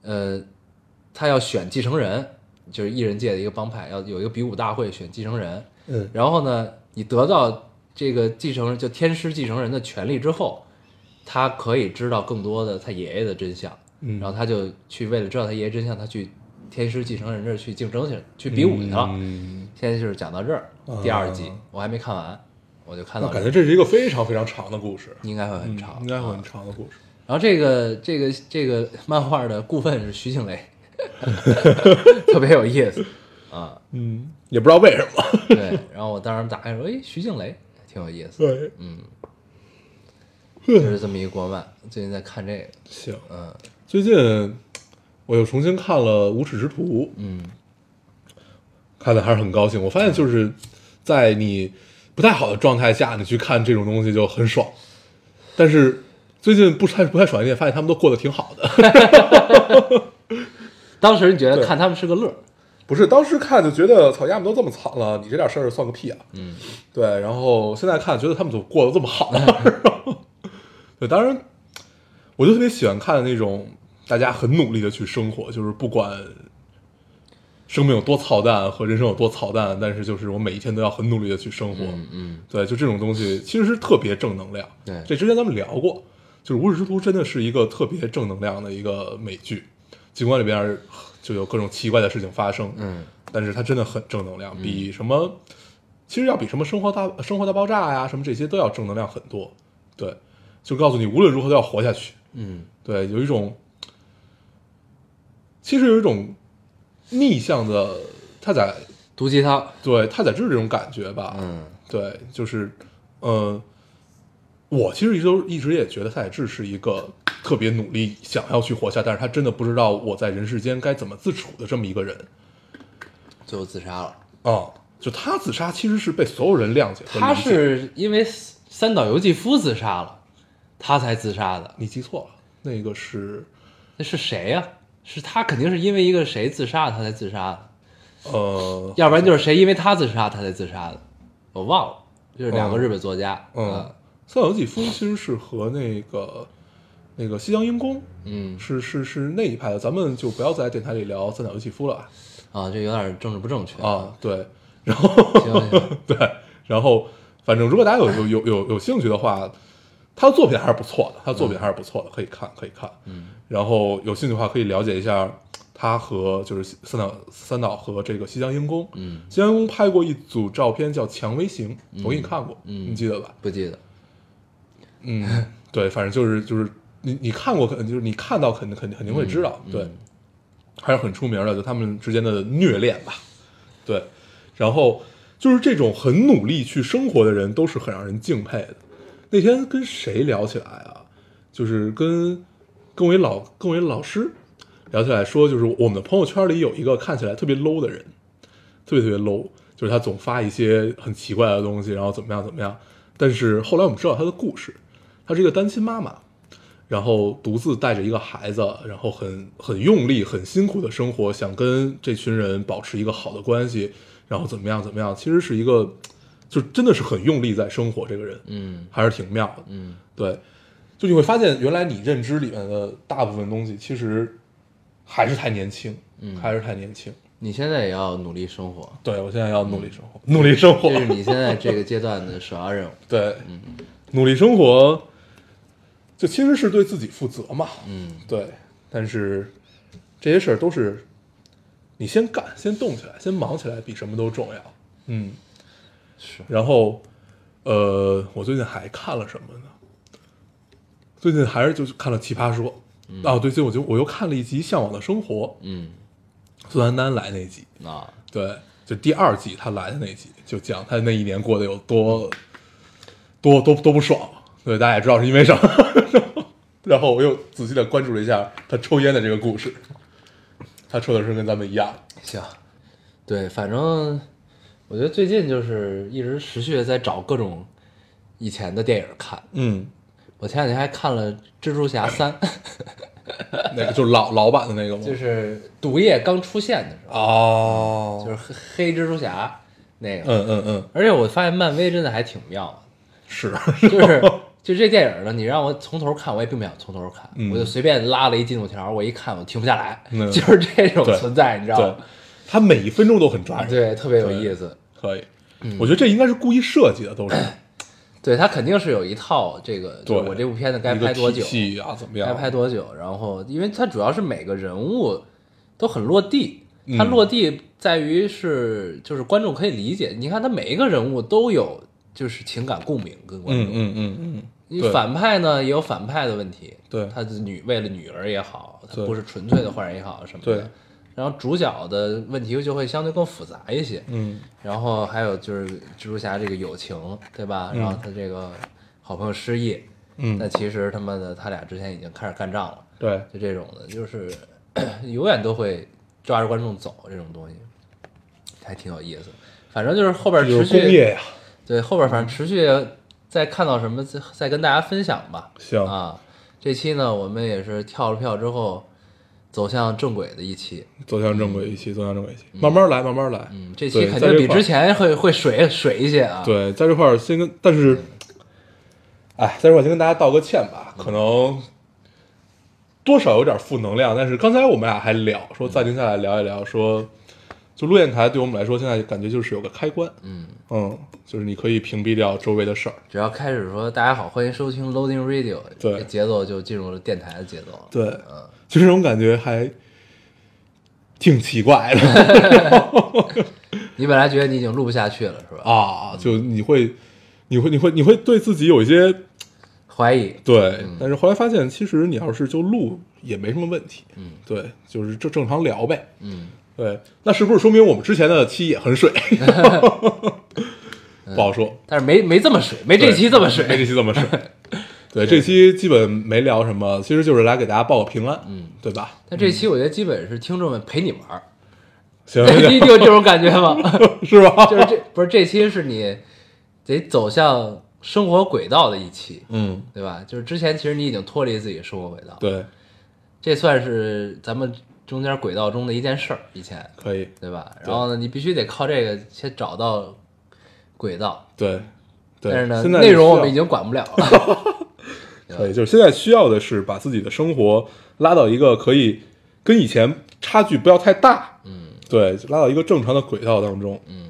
B: 呃，他要选继承人，就是艺人界的一个帮派，要有一个比武大会选继承人。
C: 嗯
B: 然后呢，你得到这个继承人，就天师继承人的权利之后，他可以知道更多的他爷爷的真相。
C: 嗯
B: 然后他就去为了知道他爷爷真相，他去天师继承人这儿去竞争去了，去比武去了。
C: 嗯，
B: 现在就是讲到这儿，第二季、
C: 啊
B: 我还没看完，我就看
C: 那
B: 到
C: 感觉这是一个非常非常长的故事，
B: 应该会很长，
C: 嗯应该会很
B: 啊
C: 长的故事。
B: 然后这个这个这个漫画的顾问是徐静 蕾，特别有意思啊。
C: 嗯，也不知道为什么。
B: 对，然后我当时打开说，哎，徐静蕾挺有意 思，
C: 对，
B: 嗯，就是这么一国漫，最近在看这个，
C: 行，
B: 嗯，
C: 最近我又重新看了《无耻之徒》，
B: 嗯，
C: 看的还是很高兴。我发现就是在你不太好的状态下，你去看这种东西就很爽。但是最近不太不太爽一点，发现他们都过得挺好的。
B: 当时你觉得
C: 对
B: 看他们是个乐儿，
C: 不是，当时看就觉得草，丫们都这么惨了，你这点事儿算个屁啊！
B: 嗯，
C: 对，然后现在看觉得他们怎么过得这 么好？对，当然，我就特别喜欢看那种大家很努力的去生活，就是不管生命有多操蛋和人生有多操蛋，但是就是我每一天都要很努力的去生活。
B: 嗯嗯，
C: 对，就这种东西其实是特别正能量。
B: 对
C: 这之前咱们聊过，就是《无耻之徒》真的是一个特别正能量的一个美剧，尽管里边儿就有各种奇怪的事情发生，
B: 嗯，
C: 但是它真的很正能量，比什么其实要比什么《生活大生活大爆炸》呀什么这些都要正能量很多。对，就告诉你无论如何都要活下去。
B: 嗯，
C: 对，有一种其实有一种逆向的，他在
B: 毒鸡汤，
C: 对他在这这种感觉吧，
B: 嗯
C: 对，就是，呃，我其实一直都一直也觉得蔡志是一个特别努力想要去活下，但是他真的不知道我在人世间该怎么自处的这么一个人
B: 最后自杀了。
C: 啊、就他自杀其实是被所有人谅解和
B: 他
C: 理解
B: 是因为三岛由纪夫自杀了，他才自杀的。
C: 你记错了，那个是
B: 那是谁呀、是他肯定是因为一个谁自杀他才自杀的，
C: 呃，
B: 要不然就是谁因为他自杀他才自杀的，我忘了。就是两个日本作家，
C: 嗯
B: 啊，
C: 三岛由纪夫其实是和那个那个西洋英公
B: 嗯
C: 是是是那一派的，咱们就不要在电台里聊三岛由纪夫了啊。
B: 啊，这有点政治不正确。
C: 啊，对，然后
B: 行行
C: 对，然后反正如果大家有有有有有兴趣的话，他的作品还是不错的，他的作品还是不错的，可以看可以看。嗯，然后有兴趣的话可以了解一下他和就是三岛三岛和这个西江英公，
B: 嗯，
C: 西江英公拍过一组照片叫《蔷薇行》，我给你看过，
B: 嗯
C: 你记得吧？
B: 不记得。
C: 嗯， 对，反正就是就是你你看过，肯定就是你看到肯定肯定肯定会知道，对，还是很出名的，就他们之间的虐恋吧，对，然后就是这种很努力去生活的人，都是很让人敬佩的。那天跟谁聊起来啊？就是跟跟我一老跟我一老师聊起来说，就是我们的朋友圈里有一个看起来特别 low 的人，特别特别 low，就是他总发一些很奇怪的东西，然后怎么样怎么样。但是后来我们知道他的故事，她是一个单亲妈妈，然后独自带着一个孩子，然后很很用力、很辛苦的生活，想跟这群人保持一个好的关系，然后怎么样怎么样，其实是一个就真的是很用力在生活，这个人
B: 嗯
C: 还是挺妙的。
B: 嗯
C: 对，就你会发现，原来你认知里面的大部分东西，其实还是太年轻，
B: 嗯
C: 还是太年轻。
B: 你现在也要努力生活，
C: 对我现在要努力生活，努力生活，
B: 嗯这是你现在这个阶段的首要任务。
C: 对，
B: 嗯
C: 努力生活，就其实是对自己负责嘛。
B: 嗯，
C: 对，但是这些事儿都是你先干，先动起来，先忙起来，比什么都重要。嗯，
B: 是。
C: 然后，呃，我最近还看了什么呢？最近还是就是看了《奇葩说》啊，对，最近我就我又看了一集《向往的生活
B: 嗯，》，
C: 孙丹丹来那集，
B: 啊，
C: 对，就第二季他来的那集，就讲他那一年过得有多多多多不爽。对，大家也知道是因为什么。然后我又仔细的关注了一下他抽烟的这个故事，他抽的是跟咱们一样。
B: 行，对，反正我觉得最近就是一直持续地在找各种以前的电影看。
C: 嗯，
B: 我前两天还看了《蜘蛛侠三》，
C: 那个就是老老版的那个吗？
B: 就是毒液刚出现的时候，
C: 哦，
B: 就是黑黑蜘蛛侠那个。
C: 嗯嗯嗯，
B: 而且我发现漫威真的还挺妙
C: 是，
B: 的，就是就这电影呢，你让我从头看，我也并不想从头看，
C: 嗯
B: 我就随便拉了一进度条，我一看我停不下来，
C: 嗯
B: 就是这种
C: 对
B: 存在，你知道
C: 对
B: 吗？，
C: 他每一分钟都很抓人，
B: 啊对，嗯特别有意思。
C: 可以。我觉得这应该是故意设计的，都是
B: 对他肯定是有一套这个，就
C: 对
B: 是我这部片子 该
C: 一个
B: 拍多
C: 体
B: 久，
C: 系啊，怎么样？
B: 该拍多久，然后因为它主要是每个人物都很落地，
C: 嗯
B: 它落地在于是就是观众可以理解，你看他每一个人物都有就是情感共鸣跟观
C: 嗯
B: 众，
C: 嗯嗯嗯，
B: 你
C: 对
B: 反派呢也有反派的问题，
C: 对
B: 他的女为了女儿也好，他
C: 对
B: 不是纯粹的坏人也好什么的
C: 对，
B: 然后主角的问题就会相对更复杂一些，
C: 嗯，
B: 然后还有就是蜘蛛侠这个友情，对吧？
C: 嗯
B: 然后他这个好朋友失忆，
C: 嗯
B: 但其实他妈的他俩之前已经开始干仗了，
C: 对，
B: 就这种的，就是 永远都会抓着观众走这种东西，还挺有意思。反正就是后边
C: 有
B: 持
C: 工
B: 续
C: 业呀，
B: 对后边反正持续再看到什么再再跟大家分享吧。
C: 行
B: 啊，这期呢我们也是跳了票之后走向正轨的一期。
C: 走向正轨一期，走向正轨一期，慢慢来，慢慢来。
B: 嗯，这期
C: 对
B: 肯
C: 在
B: 定
C: 这
B: 比
C: 块儿
B: 之前会会水水一些啊。，
C: 对，在这块儿先跟，但是，
B: 嗯
C: 哎，在这块儿先跟大家道个歉吧，可能多少有点负能量，但是刚才我们俩还聊
B: 嗯
C: 说暂停下来聊一聊，说就录电台对我们来说现在感觉就是有个开关，
B: 嗯
C: 嗯，就是你可以屏蔽掉周围的事儿，
B: 只要开始说大家好，欢迎收听 Loading Radio，
C: 对
B: 这节奏就进入了电台的节奏了。
C: 对，嗯就这种感觉还挺奇怪的
B: 你本来觉得你已经录不下去了是吧？
C: 啊，就你会，你会，你会，你会对自己有一些
B: 怀疑，
C: 对，
B: 嗯
C: 但是后来发现，其实你要是就录也没什么问题。嗯，对，就是正正常聊呗。
B: 嗯，
C: 对，那是不是说明我们之前的期也很水？ 不好说，
B: 但是没没这么水，嗯没这
C: 对
B: 期这么
C: 没这
B: 水。
C: 期这 么水。对，这期基本没聊什么，其实就是来给大家报个平安，嗯，对吧？
B: 但这期我觉得基本是听众们陪你玩儿，
C: 行，
B: 你有这种感觉吗？
C: 是吧？
B: 就是这不是这期是你得走向生活轨道的一期，
C: 嗯，
B: 对吧？就是之前其实你已经脱离自己生活轨道，
C: 对，
B: 这算是咱们中间轨道中的一件事儿，以前
C: 可以，
B: 对吧？然后呢，你必须得靠这个先找到轨道，
C: 对，对。
B: 但是呢，
C: 现在
B: 内容
C: 需
B: 我
C: 要
B: 们已经管不了 了。
C: 可以，就是现在需要的是把自己的生活拉到一个可以跟以前差距不要太大，嗯，对，拉到一个正常的轨道当中，嗯，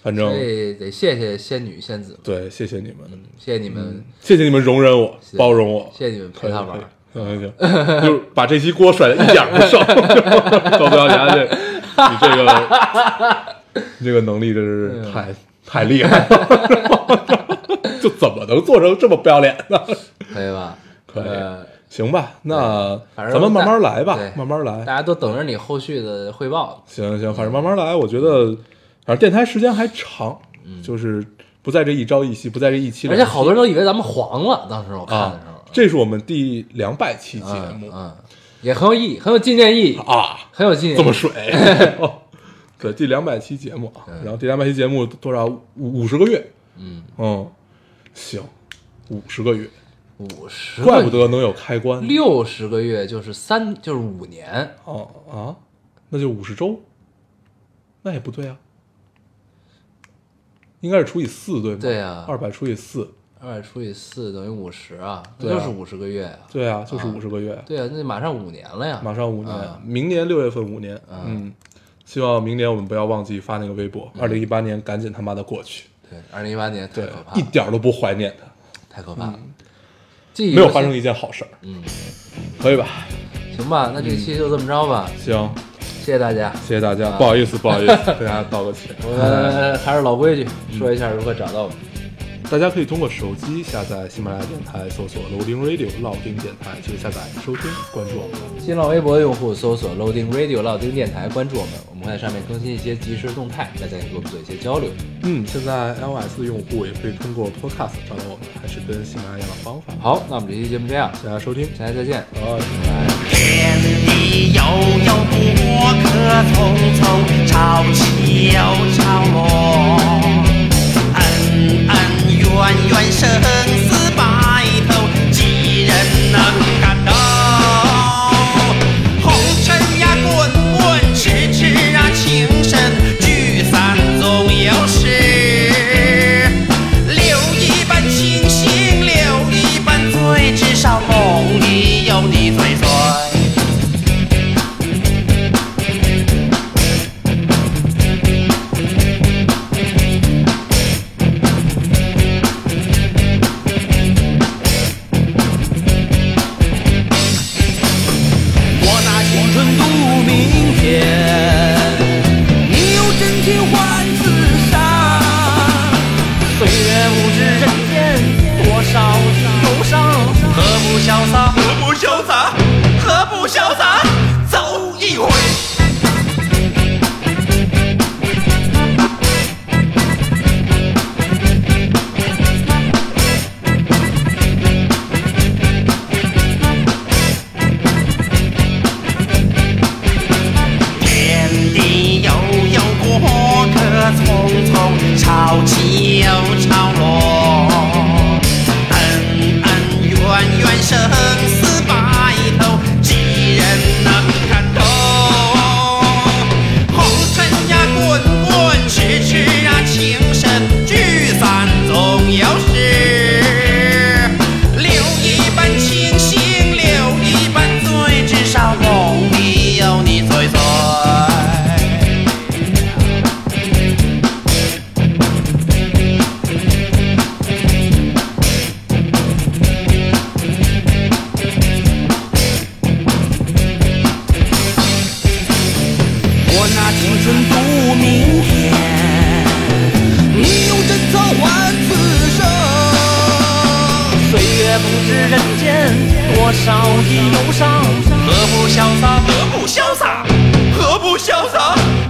C: 反
B: 所
C: 正
B: 以得谢谢仙女仙子，
C: 对，谢谢你们，
B: 谢谢你们，
C: 谢谢你们容忍我，包容我，
B: 谢谢你们
C: 可
B: 陪
C: 以
B: 他玩儿。，
C: 可以嗯，行， 就是把这期锅甩的一点儿不剩， 高彪侠这，你这个你这个能力真是
B: 嗯
C: 太太厉害了， 就怎么能做成这么不要脸呢？
B: 可以吧？
C: 可以
B: 呃
C: 行吧，那
B: 反正
C: 咱们慢慢来吧
B: 对，
C: 慢慢
B: 大嗯
C: 来。
B: 家都等着你后续的汇报。
C: 行行，反正慢慢来。我觉得，反正电台时间还长，就是不在这一朝一夕，不在这一期
B: 嗯而
C: 两期，
B: 且好多人都以为咱们黄了，当时我看的时
C: 啊哎
B: 候，，
C: 这是我们第两百期节
B: 嗯
C: 目
B: 嗯，也很有意义，很有纪念意义，
C: 啊，
B: 很有纪念意义。
C: 这 么水。哦对，第两百期节目啊，然后第两百期节目多少？五五十个月，
B: 嗯，
C: 嗯，行，五十个月，
B: 五十，
C: 怪不得能有开关
B: 六十个月就是三就是五年，
C: 哦啊，那就五十周，那也不对啊，应该是除以四对吗？
B: 对啊
C: 二百除以四，
B: 二除以四等于五十啊，那
C: 对啊
B: 就是五十个月啊。
C: 对啊，就是
B: 啊
C: 五十个月，
B: 对啊，那马上五年了呀，
C: 马上五年，
B: 啊
C: 明年六月份五年，嗯，希望明年我们不要忘记发那个微博，二零一八年赶紧他妈的过去，
B: 对，二零一八年嗯太
C: 对啊
B: 可怕，
C: 一
B: 了，
C: 点儿都不怀念他，
B: 太可怕了。没
C: 没有发生一件好事儿，
B: 嗯，
C: 可以吧？
B: 行吧，那这
C: 嗯
B: 期就这么着吧，
C: 行，
B: 谢谢大家。
C: 谢谢大
B: 啊
C: 家，不好意思，不好意思， 给大家道个歉。
B: 我
C: 嗯
B: 们还是老规矩，说一下如何找到我们。
C: 大家可以通过手机下载喜马拉雅电台，搜索 Loading Radio 老丁电台，去下载收听，关注我们。
B: 新浪微博用户搜索 Loading Radio 老丁电台，关注我们，我们会在上面更新一些即时动态，大家也跟我们做一些交流。
C: 嗯，现在 iOS 用户也可以通过 Podcast 找到我们，还是跟喜马拉雅一样的方法。
B: 好，那我们这期节目这样，
C: 谢谢大家收听，
B: 大家再见。
C: 拜拜。
D: 天地悠悠，波客匆匆，潮起又潮落。恩恩怨怨，生死白头，几人能感到？红尘呀，滚滚，痴痴啊，情深，聚散总有时。留一半清醒，留一半醉，至少梦里有你最醉。我拿青春赌明天，你用真情换此生。岁月无知人间，多少忧伤，何不潇洒？何不潇洒？何不潇洒？走一回。明天。你用贞操换此生，岁月不知人间多少的忧伤，何不潇洒？何不潇洒？何不潇洒？啊